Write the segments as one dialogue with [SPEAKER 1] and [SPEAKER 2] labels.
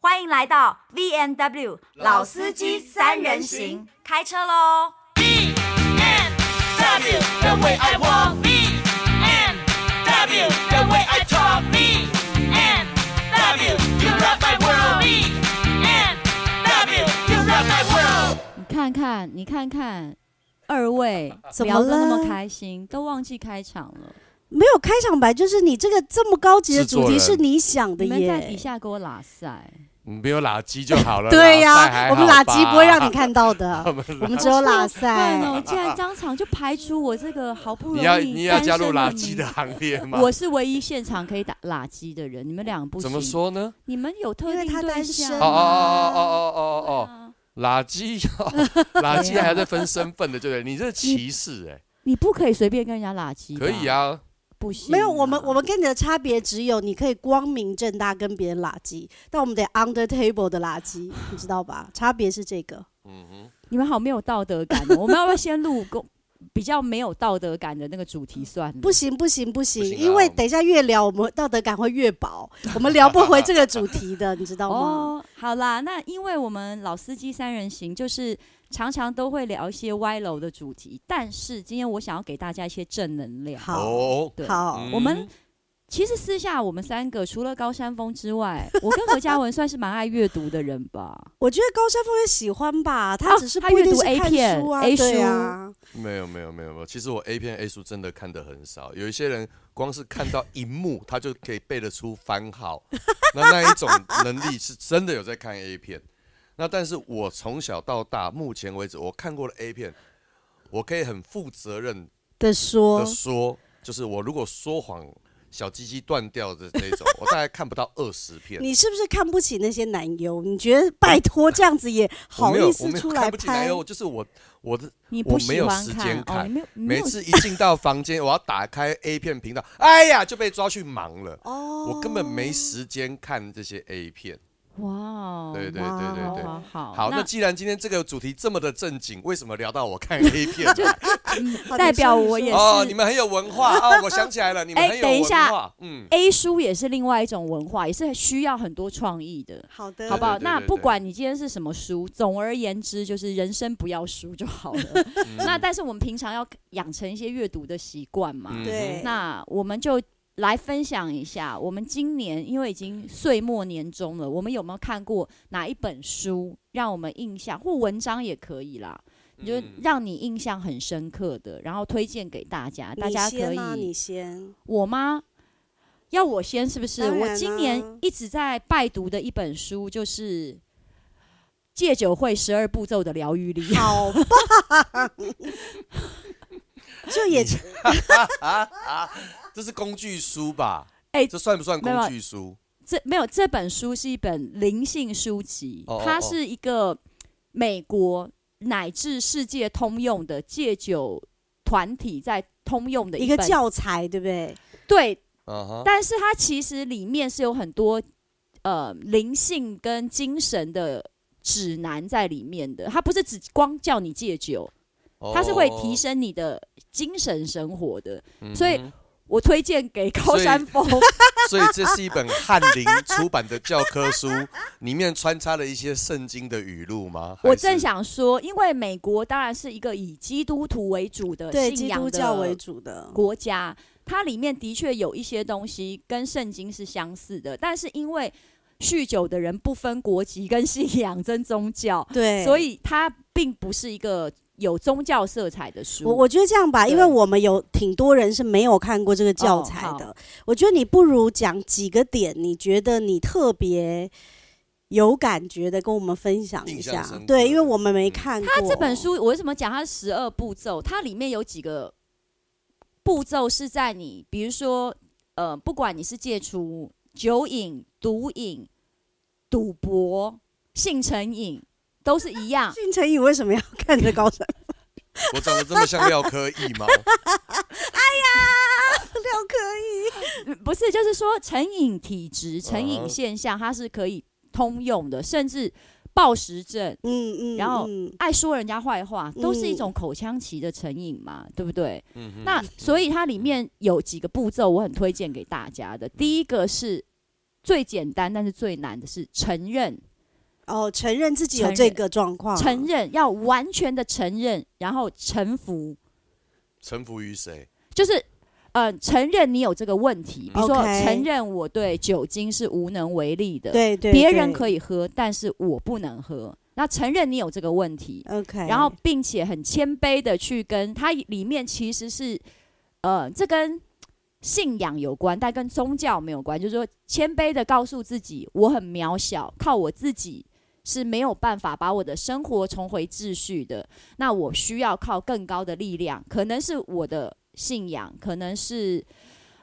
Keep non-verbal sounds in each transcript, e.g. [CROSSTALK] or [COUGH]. [SPEAKER 1] 欢迎来到 V N W 老司机三人行，开车喽！
[SPEAKER 2] BMW, the way I walk. BMW, the way I talk. BMW, you rock my world. BMW, you rock my world.
[SPEAKER 3] 你看看，你看看，二位
[SPEAKER 4] 怎么
[SPEAKER 3] 聊得那
[SPEAKER 4] 了
[SPEAKER 3] 么开心，都忘记开场了。
[SPEAKER 4] 没有开场白，就是你这个这么高级的主题
[SPEAKER 5] 制作
[SPEAKER 4] 是
[SPEAKER 5] 人
[SPEAKER 4] 你想的
[SPEAKER 3] 你们在底
[SPEAKER 4] 耶。
[SPEAKER 3] 下给我拉塞，
[SPEAKER 5] 你嗯没有垃圾就好
[SPEAKER 4] [LAUGHS]
[SPEAKER 5] 了。
[SPEAKER 4] 对呀、
[SPEAKER 5] 拉塞还好
[SPEAKER 4] 我们垃圾不会让你
[SPEAKER 5] 吧。
[SPEAKER 4] 看到
[SPEAKER 5] [LAUGHS] 我
[SPEAKER 4] 的，
[SPEAKER 5] 们
[SPEAKER 4] 我
[SPEAKER 5] 拉
[SPEAKER 4] 们只 [LAUGHS] 有拉
[SPEAKER 3] 不然呢，
[SPEAKER 4] 塞。
[SPEAKER 3] 我竟然当场就排除我这个好不容
[SPEAKER 5] 你
[SPEAKER 3] 易
[SPEAKER 5] 要你也要
[SPEAKER 3] 单
[SPEAKER 5] 加入
[SPEAKER 3] 身
[SPEAKER 5] 垃
[SPEAKER 3] 名
[SPEAKER 5] 圾的行列吗？
[SPEAKER 3] 我是唯一现场可以打垃圾的人，你们俩不行。
[SPEAKER 5] [LAUGHS] 怎么？说呢？
[SPEAKER 3] 你们有特
[SPEAKER 4] 因为
[SPEAKER 3] 定
[SPEAKER 4] 他
[SPEAKER 3] 对
[SPEAKER 4] 单
[SPEAKER 3] 象
[SPEAKER 4] 身
[SPEAKER 5] 哦哦
[SPEAKER 3] 啊？
[SPEAKER 5] 哦哦哦
[SPEAKER 3] 对
[SPEAKER 5] 哦
[SPEAKER 3] 啊
[SPEAKER 5] 哦，垃圾， [LAUGHS] 垃圾还要再分身份的，对不对？你这歧视哎，
[SPEAKER 3] 你不可以随便跟人家垃圾。
[SPEAKER 5] 可以，啊，
[SPEAKER 3] 不行啊。
[SPEAKER 4] 没有，我们我们跟你的差别只有你可以光明正大跟别人垃圾，但我们得 under table 的垃圾，你知道吧？差别是这个。
[SPEAKER 5] 嗯哼，
[SPEAKER 3] 你们好没有道德感哦。我们要不要先录公比较没有道德感的那个主题算了？
[SPEAKER 4] 不行不行不行，
[SPEAKER 5] 不行啊
[SPEAKER 4] 因为等一下越聊，我们道德感会越薄，我们聊不回这个主题的，你知道吗？
[SPEAKER 3] 哦，好啦，那因为我们老司机三人行就是常常都会聊一些歪楼的主题，但是今天我想要给大家一些正能量。
[SPEAKER 4] 好
[SPEAKER 5] 哦，
[SPEAKER 3] 对
[SPEAKER 4] 好，
[SPEAKER 5] 嗯
[SPEAKER 3] 我们其实私下我们三个除了高山峰之外，我跟何嘉文算是蛮爱阅读的人吧。
[SPEAKER 4] 我觉得高山峰也喜欢吧，他
[SPEAKER 3] 啊
[SPEAKER 4] 只是
[SPEAKER 3] 他
[SPEAKER 4] 不一
[SPEAKER 3] 阅
[SPEAKER 4] 定
[SPEAKER 3] 读
[SPEAKER 4] 是
[SPEAKER 3] A
[SPEAKER 4] 看
[SPEAKER 3] 片
[SPEAKER 4] 书啊，
[SPEAKER 3] ，A
[SPEAKER 4] 对
[SPEAKER 3] 书
[SPEAKER 4] 啊。
[SPEAKER 5] 没有没有没有没有，其实我 A 片 A 书真的看的很少，有一些人光是看到一幕，他就可以背得出番
[SPEAKER 4] [LAUGHS]
[SPEAKER 5] 号，那那一种能力是真的有在看 A 片。那但是我从小到大，目前为止我看过的 A 片，我可以很负责任
[SPEAKER 4] 的说
[SPEAKER 5] 的
[SPEAKER 4] 哦
[SPEAKER 5] 说，就是我如果说谎，小鸡鸡断掉的那
[SPEAKER 4] [LAUGHS]
[SPEAKER 5] 种，我大概看不到二十片。
[SPEAKER 4] 你是不是看不起那些男优？你觉得拜托这样子也
[SPEAKER 5] 我
[SPEAKER 4] 好
[SPEAKER 5] 没有
[SPEAKER 4] 意
[SPEAKER 5] 我
[SPEAKER 4] 思
[SPEAKER 5] 没有
[SPEAKER 4] 出
[SPEAKER 5] 看
[SPEAKER 4] 来
[SPEAKER 5] 不起来
[SPEAKER 4] 拍？
[SPEAKER 5] 哟，就是我我的
[SPEAKER 3] 你
[SPEAKER 5] 我
[SPEAKER 3] 不
[SPEAKER 5] 没
[SPEAKER 3] 喜
[SPEAKER 5] 有
[SPEAKER 3] 欢
[SPEAKER 5] 时
[SPEAKER 3] 看
[SPEAKER 5] 间
[SPEAKER 3] 哦，
[SPEAKER 5] 看
[SPEAKER 3] 你没有，你没
[SPEAKER 5] 每
[SPEAKER 3] 有
[SPEAKER 5] 次一进到房间，我要打开 A 片频道，哎呀，就被抓去忙了。
[SPEAKER 4] 哦
[SPEAKER 5] 我根本没时间看这些 A 片。
[SPEAKER 3] 哇哦，
[SPEAKER 5] 对对
[SPEAKER 4] 哇
[SPEAKER 5] 对对对。
[SPEAKER 3] 好好
[SPEAKER 5] 好，那既然今天这个主题这么的正经，为什么聊到
[SPEAKER 3] [LAUGHS]
[SPEAKER 5] 我看 A 片呢？
[SPEAKER 4] 好
[SPEAKER 3] 代表
[SPEAKER 4] 你说
[SPEAKER 3] 我
[SPEAKER 4] 你
[SPEAKER 3] 也
[SPEAKER 4] 说
[SPEAKER 5] 哦，
[SPEAKER 3] 是
[SPEAKER 5] 你们很有文化哦，我想起来了，你们
[SPEAKER 3] 哎
[SPEAKER 5] 很有
[SPEAKER 3] 等一
[SPEAKER 5] 文
[SPEAKER 3] 下
[SPEAKER 5] 化。嗯，
[SPEAKER 3] A 书也是另外一种文化，也是需要很多创意的。
[SPEAKER 4] 好的，
[SPEAKER 3] 好不好？
[SPEAKER 5] 对对对
[SPEAKER 3] 那
[SPEAKER 5] 对
[SPEAKER 3] 不
[SPEAKER 5] 对
[SPEAKER 3] 管你今天是什么书，总而言之就是人生不要输就好
[SPEAKER 5] [LAUGHS]
[SPEAKER 3] 了。那但是我们平常要养成一些阅读的习惯嘛。
[SPEAKER 5] 嗯
[SPEAKER 4] 对，
[SPEAKER 3] 那我们就来分享一下，我们今年因为已经岁末年终了，我们有没有看过哪一本书让我们印象，或文章也可以啦，你
[SPEAKER 5] 嗯
[SPEAKER 3] 就让你印象很深刻的，然后推荐给大家，大家
[SPEAKER 4] 你先
[SPEAKER 3] 可以。
[SPEAKER 4] 啊你先，
[SPEAKER 3] 我吗？要我先是不是？
[SPEAKER 4] 当然啊
[SPEAKER 3] 我今年
[SPEAKER 4] 啦
[SPEAKER 3] 一直在拜读的一本书就是《戒酒会十二步骤的疗愈力》。 [LAUGHS]
[SPEAKER 4] 好棒， [LAUGHS] 就也
[SPEAKER 3] 嗯
[SPEAKER 5] 这是工具书吧？
[SPEAKER 3] 哎
[SPEAKER 5] 这算不算
[SPEAKER 3] 没有
[SPEAKER 5] 工具书？
[SPEAKER 3] 这没有这本书是一本灵性书籍，
[SPEAKER 5] 哦哦
[SPEAKER 3] 它
[SPEAKER 5] 哦
[SPEAKER 3] 是一个美国乃至世界通用的戒酒团体在通用的
[SPEAKER 4] 一
[SPEAKER 3] 一
[SPEAKER 4] 个
[SPEAKER 3] 本
[SPEAKER 4] 教材，对不对？
[SPEAKER 3] 对
[SPEAKER 5] 嗯哼，
[SPEAKER 3] 但是它其实里面是有很多呃灵性跟精神的指南在里面的，它不是只光叫你戒酒，
[SPEAKER 5] 哦
[SPEAKER 3] 它是会提升你的精神生活的。
[SPEAKER 5] 升
[SPEAKER 3] 所以我推荐给高山峰，
[SPEAKER 5] 所以这是一本翰林出版的教科书，里面穿插了一些圣经的语录吗？还
[SPEAKER 3] 我
[SPEAKER 5] 是
[SPEAKER 3] 正想说，因为美国当然是一个以基督徒为主的
[SPEAKER 4] 对，
[SPEAKER 3] 信
[SPEAKER 4] 基
[SPEAKER 3] 仰
[SPEAKER 4] 督
[SPEAKER 3] 的
[SPEAKER 4] 教为主的，
[SPEAKER 3] 国家，它里面的确有一些东西跟圣经是相似的，但是因为酗酒的人不分国籍、跟信仰、跟宗教，
[SPEAKER 4] 对，
[SPEAKER 3] 所。以它并不是一个有宗教色彩的书。
[SPEAKER 4] 我我觉得这样吧，因
[SPEAKER 3] 嗯对哦
[SPEAKER 4] 为我们有挺多人是没有看过这个教材的。
[SPEAKER 3] 好
[SPEAKER 4] 我觉得你不如讲几个点，你觉得你特别有感觉的，跟我们分享一
[SPEAKER 5] 印
[SPEAKER 4] 下
[SPEAKER 5] 象深。刻嗯
[SPEAKER 4] 对，因为我们没看过。哦他
[SPEAKER 3] 这本书我为什么讲它是十二步骤？它里面有几个步骤是在你，比如说，呃，不管你是戒除酒瘾、毒瘾、赌博、性成瘾，都是一
[SPEAKER 4] [LAUGHS]
[SPEAKER 3] 样。
[SPEAKER 4] 俊成宇为什么要看着高
[SPEAKER 3] [LAUGHS]
[SPEAKER 4] 山？
[SPEAKER 5] [LAUGHS] 我长得这么像廖科义吗？ [LAUGHS]
[SPEAKER 4] 廖可
[SPEAKER 3] 嗯不是，就是说成瘾体质、成
[SPEAKER 5] 嗯
[SPEAKER 3] 瘾
[SPEAKER 5] 哼
[SPEAKER 3] 现象，它是可以通用的，甚至暴食症、
[SPEAKER 4] 以，嗯嗯，
[SPEAKER 3] 然后
[SPEAKER 4] 嗯
[SPEAKER 3] 爱说人家坏话，都是一
[SPEAKER 4] 嗯
[SPEAKER 3] 种口腔期的成瘾嘛，对不对？
[SPEAKER 5] 嗯哼
[SPEAKER 3] 那所以它里面有几个步骤，我很推荐给大家的。第一个是最简单但是最难的是承认，
[SPEAKER 4] 哦，承认自己
[SPEAKER 3] 承
[SPEAKER 4] 有
[SPEAKER 3] 认
[SPEAKER 4] 这个状况，
[SPEAKER 3] 承认要完全的承认，然后臣服，
[SPEAKER 5] 臣服于谁？
[SPEAKER 3] 就是。呃，承认你有这个问题，比如说
[SPEAKER 4] OK
[SPEAKER 3] 承认我对酒精是无能为力的，
[SPEAKER 4] 对对，
[SPEAKER 3] 别人可
[SPEAKER 4] 以
[SPEAKER 3] 以喝，但是我不能喝。那承认你有这个问题，
[SPEAKER 4] OK，
[SPEAKER 3] 然后并且很谦卑的去跟它里面其实是，呃，这跟信仰有关，但跟宗教没有关。就是说，谦卑的告诉自己，我很渺小，靠我自己是没有办法把我的生活重回秩序的。那我需要靠更高的力量，可能是我的信仰，可能是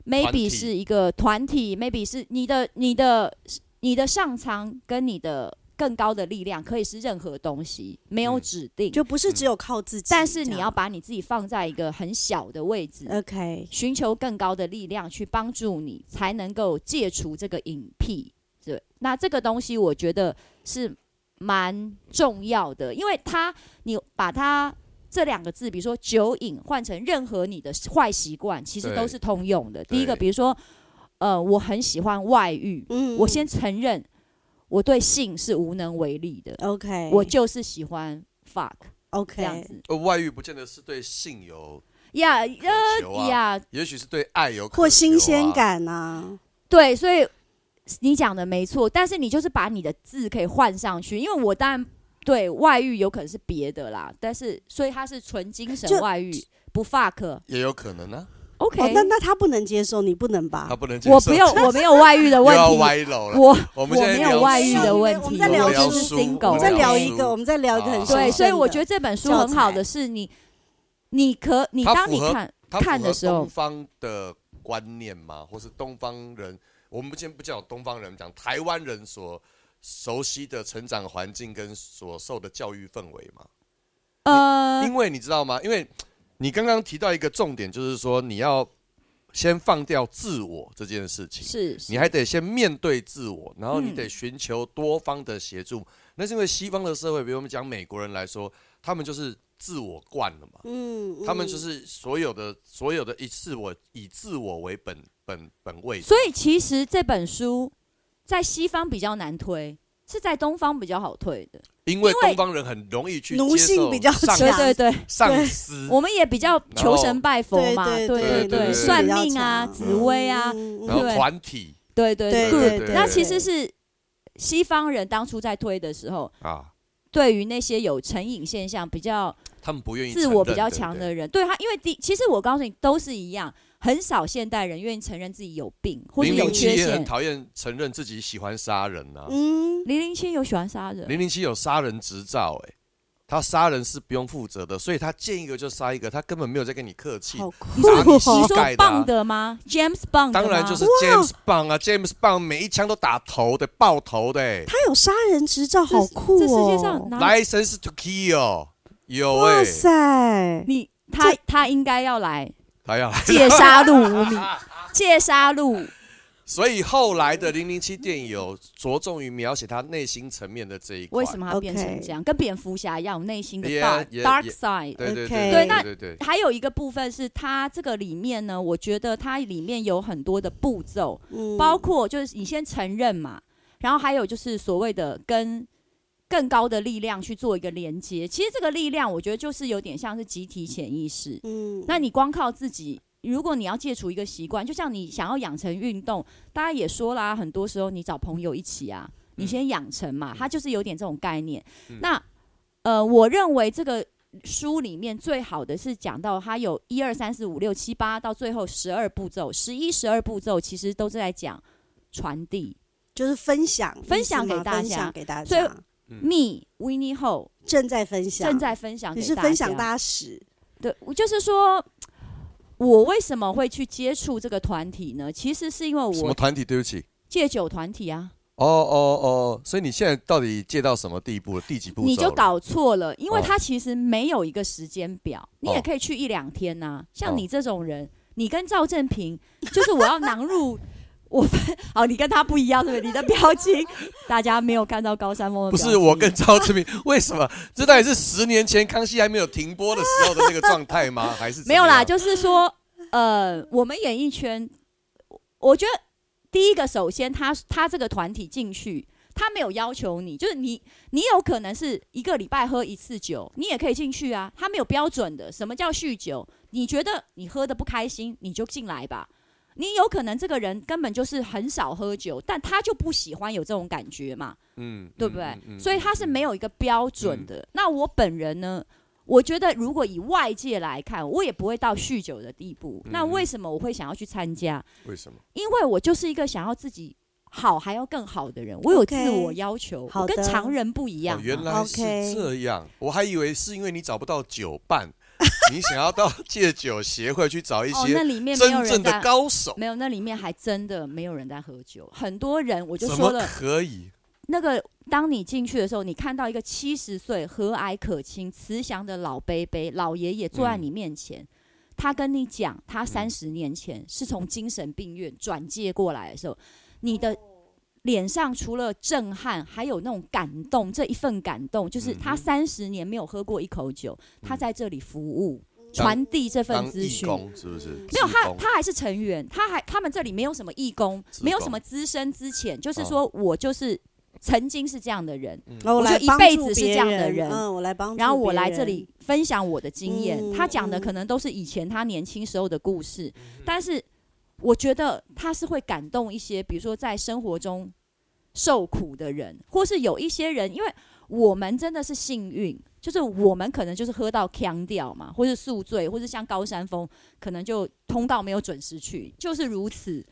[SPEAKER 5] 团
[SPEAKER 3] maybe
[SPEAKER 5] 体
[SPEAKER 3] 是一个团体，maybe 是你的你的你的上苍跟你的更高的力量，可以是任何东西，没有
[SPEAKER 5] 嗯
[SPEAKER 3] 指定。
[SPEAKER 4] 就不是只有靠自己这样，
[SPEAKER 3] 但
[SPEAKER 4] 呃
[SPEAKER 3] 是你要把你自己放在一个很小的位置，
[SPEAKER 4] OK，
[SPEAKER 3] 寻求更高的力量去帮助你，才能够戒除这个隐蔽。对，那这个东西我觉得是蛮重要的，因为它你把它这两个字，比如说酒瘾换成任何你的坏习惯，其实
[SPEAKER 5] 对
[SPEAKER 3] 都是通用的。第一个，
[SPEAKER 5] 对
[SPEAKER 3] 比如说，呃，我很喜欢外遇，
[SPEAKER 4] 嗯，
[SPEAKER 3] 我先承认我对性是无能为力的，
[SPEAKER 4] 嗯 OK，
[SPEAKER 3] 我就是喜欢 fuck 这样
[SPEAKER 4] OK，
[SPEAKER 3] 子。呃
[SPEAKER 5] 呃，外遇不见得是对性有
[SPEAKER 3] 呀
[SPEAKER 5] 渴 [LAUGHS] 求啊，
[SPEAKER 3] 呀，
[SPEAKER 5] 也许是对爱有渴求啊
[SPEAKER 4] 或新鲜。感啊，
[SPEAKER 3] 对，所以你讲的没错，但是你就是把你的字可以换上去，因为我当然对外遇有可能是别的啦，但是所以他是纯精神
[SPEAKER 4] 就哦
[SPEAKER 3] 外遇，不 fuck。
[SPEAKER 5] 也有可能啊，
[SPEAKER 3] OK，、
[SPEAKER 4] 哦，那那他不能接受，你不能吧
[SPEAKER 5] 他？不能接
[SPEAKER 3] 啊
[SPEAKER 5] 受。
[SPEAKER 3] 我不用，我没有外遇的
[SPEAKER 5] [LAUGHS] 又
[SPEAKER 3] 问
[SPEAKER 5] 要
[SPEAKER 3] 题，
[SPEAKER 5] 歪楼了。
[SPEAKER 3] 我
[SPEAKER 5] 我
[SPEAKER 3] 我
[SPEAKER 5] 们现在
[SPEAKER 3] 没有
[SPEAKER 5] 聊
[SPEAKER 3] 外遇的问题，
[SPEAKER 4] 我们在聊
[SPEAKER 3] 我
[SPEAKER 4] 天
[SPEAKER 3] 就是
[SPEAKER 5] 书
[SPEAKER 3] single，
[SPEAKER 5] 我
[SPEAKER 4] 我们
[SPEAKER 5] 们
[SPEAKER 4] 再聊一
[SPEAKER 5] 聊
[SPEAKER 4] 个，
[SPEAKER 5] 书
[SPEAKER 4] 我们再聊一个很
[SPEAKER 5] 啊
[SPEAKER 3] 对，
[SPEAKER 4] 神
[SPEAKER 3] 哦所以
[SPEAKER 4] 圣
[SPEAKER 3] 我
[SPEAKER 4] 的
[SPEAKER 3] 觉得这本书
[SPEAKER 4] 教
[SPEAKER 3] 很好
[SPEAKER 4] 材
[SPEAKER 3] 的是你，你可你
[SPEAKER 5] 它
[SPEAKER 3] 当
[SPEAKER 5] 符
[SPEAKER 3] 你
[SPEAKER 5] 合
[SPEAKER 3] 看
[SPEAKER 5] 它
[SPEAKER 3] 看
[SPEAKER 5] 符合
[SPEAKER 3] 的时候
[SPEAKER 5] 东方的观念嘛，或是东方人，我们先不讲东方人，讲台湾人所熟悉的成长环境跟所受的教育氛围嘛。
[SPEAKER 3] 呃
[SPEAKER 5] 因为你知道吗？因为你刚刚提到一个重点，就是说你要先放掉自我这件事情。
[SPEAKER 3] 是
[SPEAKER 5] 你还得先面对自我，然后你
[SPEAKER 3] 嗯
[SPEAKER 5] 得寻求多方的协助。那是因为西方的社会，比如我们讲美国人来说，他们就是自我惯了嘛，
[SPEAKER 4] 嗯，
[SPEAKER 5] 他们
[SPEAKER 4] 嗯
[SPEAKER 5] 就是所有的所有的以自我以自我为本本本位的。
[SPEAKER 3] 所以其实这本书在西方比较难推，是在东方比较好推的。
[SPEAKER 5] 因为
[SPEAKER 3] 因为
[SPEAKER 5] 东方人很容易去
[SPEAKER 4] 奴
[SPEAKER 5] 接受
[SPEAKER 4] 性比较
[SPEAKER 5] 上
[SPEAKER 4] 强
[SPEAKER 3] 对
[SPEAKER 5] 司
[SPEAKER 3] 对对，
[SPEAKER 5] 上司，
[SPEAKER 3] 我们也比较求神拜佛嘛，
[SPEAKER 4] 对
[SPEAKER 5] 对
[SPEAKER 3] 对
[SPEAKER 5] 对对
[SPEAKER 3] 算
[SPEAKER 4] 对
[SPEAKER 3] 命啊、
[SPEAKER 4] 比较
[SPEAKER 3] 紫薇啊，
[SPEAKER 4] 嗯嗯
[SPEAKER 5] 然后
[SPEAKER 3] 对
[SPEAKER 5] 团体
[SPEAKER 3] 对对
[SPEAKER 4] 对
[SPEAKER 5] 对
[SPEAKER 3] 对
[SPEAKER 5] 对
[SPEAKER 3] 那
[SPEAKER 5] 对
[SPEAKER 3] 其实是西方人当初在推的时候，
[SPEAKER 5] 啊，
[SPEAKER 3] 对于那些有成瘾现象比较
[SPEAKER 5] 他们不愿意
[SPEAKER 3] 自我
[SPEAKER 5] 承认
[SPEAKER 3] 比较强的
[SPEAKER 5] 对
[SPEAKER 3] 人，对他，因为第其实我告诉你都是一样，很少现代人愿意承认自己有病
[SPEAKER 5] 不
[SPEAKER 3] 或
[SPEAKER 5] 对
[SPEAKER 3] 是
[SPEAKER 5] 零
[SPEAKER 3] 有
[SPEAKER 5] 零七
[SPEAKER 3] 缺
[SPEAKER 5] 也很
[SPEAKER 3] 陷。
[SPEAKER 5] 讨厌承认自己喜欢杀人啊。
[SPEAKER 4] 嗯，
[SPEAKER 3] 零零七有喜欢杀人，
[SPEAKER 5] 零零七有杀人执照、哎，他杀人是不用负责的，所以他见一个就杀一个，他根本没有在跟你客气。
[SPEAKER 4] 好酷
[SPEAKER 5] 打你膝
[SPEAKER 3] 你
[SPEAKER 4] 哦，
[SPEAKER 3] 说
[SPEAKER 5] 盖的啊
[SPEAKER 3] 棒的吗？James 棒的吗？
[SPEAKER 5] 当然就是 James 棒啊，James 棒每一枪都打头的，爆头的、哎
[SPEAKER 4] 他有杀人执照，好酷哦！
[SPEAKER 3] 这世界上哪有
[SPEAKER 5] License to kill 有哎、
[SPEAKER 4] 哇塞，
[SPEAKER 3] 你他
[SPEAKER 4] 这
[SPEAKER 3] 他应该要来
[SPEAKER 5] 哎呀，
[SPEAKER 3] 戒杀戮无名， [LAUGHS] 戒杀戮
[SPEAKER 5] [LAUGHS] 所以后来的零零七电影有着重于描写他内心层面的这一块。
[SPEAKER 3] [LAUGHS] 为什么他变成这样？跟蝙蝠侠一样，有内心的
[SPEAKER 5] Yeah,
[SPEAKER 3] dark
[SPEAKER 5] yeah,
[SPEAKER 3] dark
[SPEAKER 5] yeah.
[SPEAKER 3] side。
[SPEAKER 5] 对？对对
[SPEAKER 4] OK
[SPEAKER 5] 对
[SPEAKER 3] 对那
[SPEAKER 5] 对对对，
[SPEAKER 3] 还有一个部分是它这个里面呢，我觉得它里面有很多的步骤，
[SPEAKER 4] 嗯
[SPEAKER 3] 包括就是你先承认嘛，然后还有就是所谓的跟更高的力量去做一个连接。其实这个力量，我觉得就是有点像是集体潜意识，
[SPEAKER 4] 嗯，
[SPEAKER 3] 那你光靠自己，如果你要戒除一个习惯，就像你想要养成运动，大家也说啦，很多时候你找朋友一起啊，你先养成嘛，它就是有点这种概念。那呃，我认为这个书里面最好的是讲到它有一二三四五六七八到最后十二步骤，十一十二步骤其实都是在讲传递。
[SPEAKER 4] 就是分享，
[SPEAKER 3] 分享给
[SPEAKER 4] 意思吗
[SPEAKER 3] 大家
[SPEAKER 4] 分享给大
[SPEAKER 3] 所以
[SPEAKER 4] 家，
[SPEAKER 3] Me Winnie Ho
[SPEAKER 4] 正在分享，
[SPEAKER 3] 正在分享给
[SPEAKER 4] 你
[SPEAKER 3] 大
[SPEAKER 4] 是
[SPEAKER 3] 家，
[SPEAKER 4] 分享大使，
[SPEAKER 3] 对，我就是说。我为什么会去接触这个团体呢？其实是因为
[SPEAKER 5] 什
[SPEAKER 3] 我
[SPEAKER 5] 么团体？对不起，
[SPEAKER 3] 戒酒团体啊，
[SPEAKER 5] 哦哦哦，所以你现在到底戒到什么地步了？第几步？
[SPEAKER 3] 你就。搞错了，因为
[SPEAKER 5] 哦
[SPEAKER 3] 它其实没有一个时间表，你也可以去一两天呐、
[SPEAKER 5] 哦
[SPEAKER 3] 像你这种人，你跟赵正平， [LAUGHS] 就是我要囊入 [LAUGHS] 我分，好，你跟他不一样，对不对？你的表情，大家没有看到高山峰的
[SPEAKER 5] 不
[SPEAKER 3] 表情，
[SPEAKER 5] 是我跟赵志明， [LAUGHS] 为什么？这到底是十年前康熙还没有停播的时候的那个状态吗？ [LAUGHS] 还是怎么
[SPEAKER 3] 没
[SPEAKER 5] [LAUGHS]
[SPEAKER 3] 有啦，
[SPEAKER 5] 样
[SPEAKER 3] 就是说，呃，我们演艺圈，我觉得。第一个，首先他他这个团体进去，他没有要求你，就是你你有可能是一个礼拜喝一次酒，你也可以进去啊，他没有标准的。什么叫酗酒？你觉得你喝的不开心，你就进来吧。你有可能这个人根本就是很少喝酒，但他就不喜欢有这种感觉嘛。
[SPEAKER 5] 嗯，
[SPEAKER 3] 对不对？
[SPEAKER 5] 嗯嗯嗯
[SPEAKER 3] 所以他是没有一个标准的。那我本人呢，我觉得如果以外界来看，我也不会到酗酒的地步。
[SPEAKER 5] 嗯
[SPEAKER 3] 那为什么我会想要去参加？
[SPEAKER 5] 为什么？
[SPEAKER 3] 因为我就是一个想要自己好还要更好的人，我有
[SPEAKER 4] OK，
[SPEAKER 3] 自我要求，
[SPEAKER 4] 好
[SPEAKER 3] 我
[SPEAKER 4] 的
[SPEAKER 3] 跟常人不一样啊
[SPEAKER 5] 哦，
[SPEAKER 3] 嘛。
[SPEAKER 5] 原来是
[SPEAKER 4] OK
[SPEAKER 5] 这样，我还以为是因为你找不到酒伴， [LAUGHS] 你想
[SPEAKER 3] [LAUGHS]
[SPEAKER 5] 要到戒酒协会去找一
[SPEAKER 3] 哦，
[SPEAKER 5] 些
[SPEAKER 3] 那里面没有
[SPEAKER 5] 真
[SPEAKER 3] 人
[SPEAKER 5] 正的
[SPEAKER 3] 在，
[SPEAKER 5] 高手，
[SPEAKER 3] 没有，那里面还真的没有人在喝酒。很多人，我就
[SPEAKER 5] 怎
[SPEAKER 3] 说
[SPEAKER 5] 么
[SPEAKER 3] 了，
[SPEAKER 5] 可以？
[SPEAKER 3] 那个当你进去的时候，你看到一个七十岁和蔼可亲、慈祥的老伯伯、老爷爷坐在你面前，他跟你讲他
[SPEAKER 5] 嗯
[SPEAKER 3] 三十年前是从精神病院转介过来的时候，你的脸上除了震撼，还有那种感动，这一份感动
[SPEAKER 5] 嗯
[SPEAKER 3] 就是他三十年没有喝过一口酒，他在这里服务，传递这份
[SPEAKER 5] 当
[SPEAKER 3] 资
[SPEAKER 5] 义
[SPEAKER 3] 讯。
[SPEAKER 5] 工是不是？
[SPEAKER 3] 没有
[SPEAKER 5] 志
[SPEAKER 3] 他，
[SPEAKER 5] 工
[SPEAKER 3] 他还是成员，他还他们这里没有什么义工，
[SPEAKER 5] 职
[SPEAKER 3] 没有什
[SPEAKER 5] 工
[SPEAKER 3] 么资深之前，就是
[SPEAKER 5] 哦
[SPEAKER 3] 说我就是曾经是这样的人，
[SPEAKER 4] 然后
[SPEAKER 3] 我就
[SPEAKER 4] 哦来
[SPEAKER 3] 一
[SPEAKER 4] 帮
[SPEAKER 3] 辈
[SPEAKER 4] 助
[SPEAKER 3] 子是
[SPEAKER 4] 别
[SPEAKER 3] 这样的人
[SPEAKER 4] 嗯，我来帮助别人，哦
[SPEAKER 3] 然后我来这里分享我的经验，
[SPEAKER 4] 嗯
[SPEAKER 3] 他讲的可能都是以前他年轻时候的故事，但是我觉得他是会感动一些，比如说在生活中受苦的人，或是有一些人，因为我们真的是幸运，就是我们可能就是喝到呛掉嘛，或是宿醉，或是像高山峰，可能就通告没有准时去，就是如此。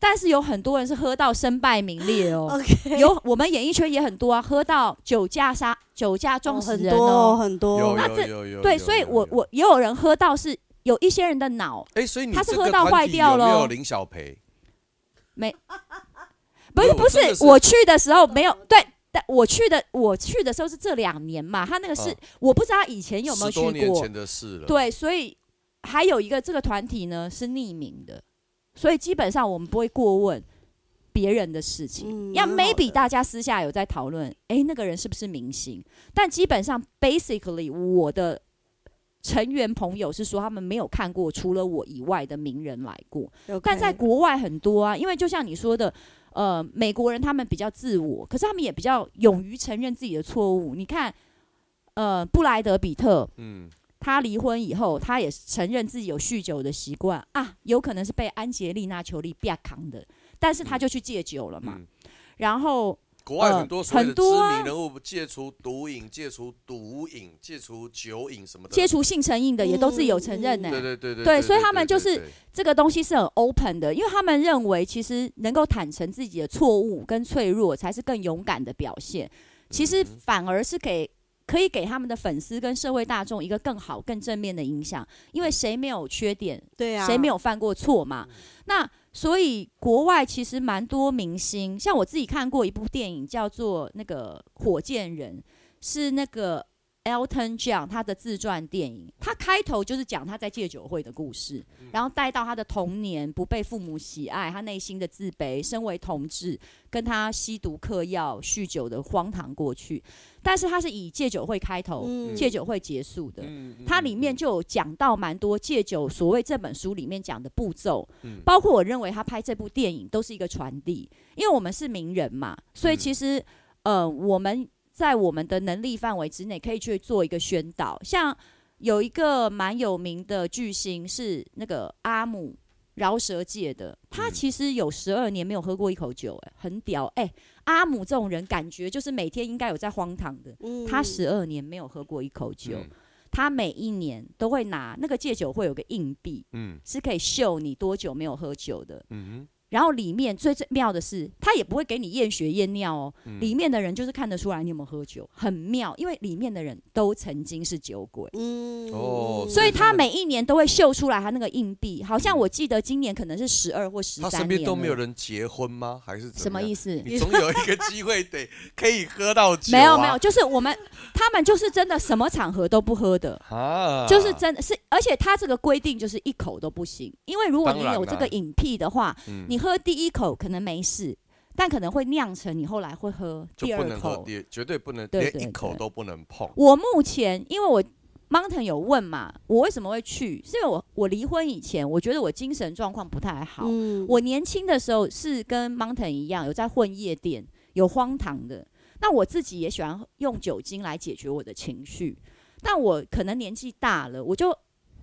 [SPEAKER 3] 但是有很多人是喝到身败名裂哦，
[SPEAKER 4] [LAUGHS] ，OK，
[SPEAKER 3] 有我们演艺圈也很多啊，喝到酒驾杀、酒驾撞死
[SPEAKER 4] 很
[SPEAKER 3] 人
[SPEAKER 4] 多哦很多
[SPEAKER 5] 有
[SPEAKER 4] 哦，
[SPEAKER 3] 那
[SPEAKER 5] 有
[SPEAKER 3] 这
[SPEAKER 5] 有有有
[SPEAKER 3] 对，所以
[SPEAKER 5] 有
[SPEAKER 3] 我
[SPEAKER 5] 有
[SPEAKER 3] 我也有人喝到是有一些人的脑
[SPEAKER 5] 哎，所以你
[SPEAKER 3] 他是
[SPEAKER 5] 这
[SPEAKER 3] 喝
[SPEAKER 5] 个
[SPEAKER 3] 到
[SPEAKER 5] 团
[SPEAKER 3] 坏
[SPEAKER 5] 体
[SPEAKER 3] 掉
[SPEAKER 5] 有没
[SPEAKER 3] 咯
[SPEAKER 5] 有林小培？
[SPEAKER 3] 不是
[SPEAKER 5] 我
[SPEAKER 3] 不
[SPEAKER 5] 真的
[SPEAKER 3] 是
[SPEAKER 5] 是
[SPEAKER 3] 我去的时候没有对，但我去的我去的时候是这两年嘛，他那个是、
[SPEAKER 5] 嗯
[SPEAKER 3] 我不知道他以前有没有
[SPEAKER 5] 十
[SPEAKER 3] 去
[SPEAKER 5] 多年
[SPEAKER 3] 过
[SPEAKER 5] 前，的事了。
[SPEAKER 3] 对，所以还有一个这个团体呢是匿名的，所以基本上我们不会过问别人的事情。
[SPEAKER 4] 嗯
[SPEAKER 3] 要
[SPEAKER 4] 蛮好
[SPEAKER 3] maybe
[SPEAKER 4] 的
[SPEAKER 3] 大家私下有在讨论，诶，那个人是不是明星？但基本上 basically 我的成员朋友是说他们没有看过除了我以外的名人来过，
[SPEAKER 4] OK
[SPEAKER 3] 但在国外很多啊，因为就像你说的。呃，美国人他们比较自我，可是他们也比较勇于承认自己的错误。你看，呃，布莱德比特，
[SPEAKER 5] 嗯，
[SPEAKER 3] 他离婚以后，他也承认自己有酗酒的习惯啊，有可能是被安杰丽娜·裘丽啪扛的，但是他就去戒酒了嘛。
[SPEAKER 5] 嗯
[SPEAKER 3] 然后
[SPEAKER 5] 国外
[SPEAKER 3] 呃
[SPEAKER 5] 很多所谓的
[SPEAKER 3] 很
[SPEAKER 5] 知
[SPEAKER 3] 多啊
[SPEAKER 5] 名人物，戒除毒瘾、戒除毒瘾、戒除酒瘾什么的。
[SPEAKER 3] 戒除性成瘾的也都是有承认呢、
[SPEAKER 4] 嗯
[SPEAKER 5] 对对对对
[SPEAKER 3] 对所以他们就是
[SPEAKER 5] 对
[SPEAKER 3] 这个东西是很 open 的，因为他们认为其实能够坦诚自己的错误跟脆弱才是更勇敢的表现。其实反而是给可以给他们的粉丝跟社会大众一个更好、更正面的影响，因为谁没有缺点，
[SPEAKER 4] 对啊，嗯
[SPEAKER 3] 谁没有犯过错嘛？那所以国外其实蛮多明星，像我自己看过一部电影叫做那个《火箭人》，是那个 Elton John 他的自传电影，他开头就是讲他在戒酒会的故事，
[SPEAKER 4] 嗯
[SPEAKER 3] 然后带到他的童年不被父母喜爱，他内心的自卑，身为同志，跟他吸毒、嗑药、酗酒的荒唐过去，但是他是以戒酒会开头，
[SPEAKER 4] 嗯
[SPEAKER 3] 戒酒会结束的。
[SPEAKER 5] 嗯嗯
[SPEAKER 3] 它里面就有讲到蛮多戒酒所谓这本书里面讲的步骤，
[SPEAKER 5] 嗯
[SPEAKER 3] 包括我认为他拍这部电影都是一个传递，因为我们是名人嘛，所
[SPEAKER 5] 嗯
[SPEAKER 3] 以其实、呃我们在我们的能力范围之内可以去做一个宣导，像有一个蛮有名的巨星是那个阿姆。饶舌界的
[SPEAKER 5] 嗯
[SPEAKER 3] 他其实有十二年没有喝过一口酒、哎，很屌哎、阿姆这种人感觉就是每天应该有在荒唐的，
[SPEAKER 4] 嗯
[SPEAKER 3] 他十二年没有喝过一口酒，
[SPEAKER 5] 嗯
[SPEAKER 3] 他每一年都会拿那个戒酒会有个硬币，
[SPEAKER 5] 嗯
[SPEAKER 3] 是可以秀你多久没有喝酒的。
[SPEAKER 5] 嗯
[SPEAKER 3] 然后里面最最妙的是，他也不会给你验血验尿哦，
[SPEAKER 5] 嗯
[SPEAKER 3] 里面的人就是看得出来你有没有喝酒，很妙，因为里面的人都曾经是酒鬼。
[SPEAKER 4] 嗯
[SPEAKER 5] 哦
[SPEAKER 3] 所以他每一年都会秀出来他那个硬币，好像我记得今年可能是十二或十
[SPEAKER 5] 哼，
[SPEAKER 3] 三
[SPEAKER 5] 他
[SPEAKER 3] 年了。
[SPEAKER 5] 身边都没有人结婚吗？还是怎
[SPEAKER 3] 什么意
[SPEAKER 5] 思？
[SPEAKER 3] 思？
[SPEAKER 5] 你总有一个机会得可以喝到酒啊。
[SPEAKER 3] 没有没有，就是我们他们就是真的什么场合都不喝的。
[SPEAKER 5] 啊，
[SPEAKER 3] 就是真的是，而且他这个规定就是一口都不行，因为如果你
[SPEAKER 5] 当然
[SPEAKER 3] 有这个
[SPEAKER 5] 啦
[SPEAKER 3] 瘾癖的话，
[SPEAKER 5] 嗯
[SPEAKER 3] 你喝第一口可能没事，但可能会酿成你后来会喝
[SPEAKER 5] 就
[SPEAKER 3] 第
[SPEAKER 5] 不
[SPEAKER 3] 二
[SPEAKER 5] 能喝
[SPEAKER 3] 口。
[SPEAKER 5] 第，绝对不能
[SPEAKER 3] 对
[SPEAKER 5] 连
[SPEAKER 3] 对
[SPEAKER 5] 一口
[SPEAKER 3] 对
[SPEAKER 5] 都不能碰。
[SPEAKER 3] 我目前因为我 Mountain 有问嘛，我为什么会去？是因为我我离婚以前，我觉得我精神状况不太好。
[SPEAKER 4] 嗯
[SPEAKER 3] 我年轻的时候是跟 Mountain 一样，有在混夜店，有荒唐的。那我自己也喜欢用酒精来解决我的情绪，但我可能年纪大了，我就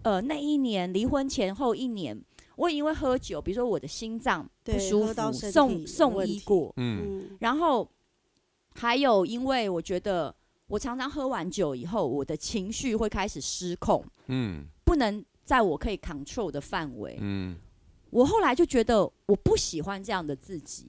[SPEAKER 3] 呃那一年离婚前后一年，我也因为喝酒，比如说我的心脏不
[SPEAKER 4] 对
[SPEAKER 3] 舒
[SPEAKER 4] 喝到
[SPEAKER 3] 服，
[SPEAKER 4] 身体
[SPEAKER 3] 送
[SPEAKER 4] 有
[SPEAKER 3] 送
[SPEAKER 4] 问
[SPEAKER 3] 医
[SPEAKER 4] 题
[SPEAKER 3] 过，
[SPEAKER 5] 嗯，
[SPEAKER 4] 嗯
[SPEAKER 3] 然后还有，因为我觉得我常常喝完酒以后，我的情绪会开始失控，
[SPEAKER 5] 嗯
[SPEAKER 3] 不能在我可以 control 的范围。
[SPEAKER 5] 嗯，
[SPEAKER 3] 我后来就觉得我不喜欢这样的自己。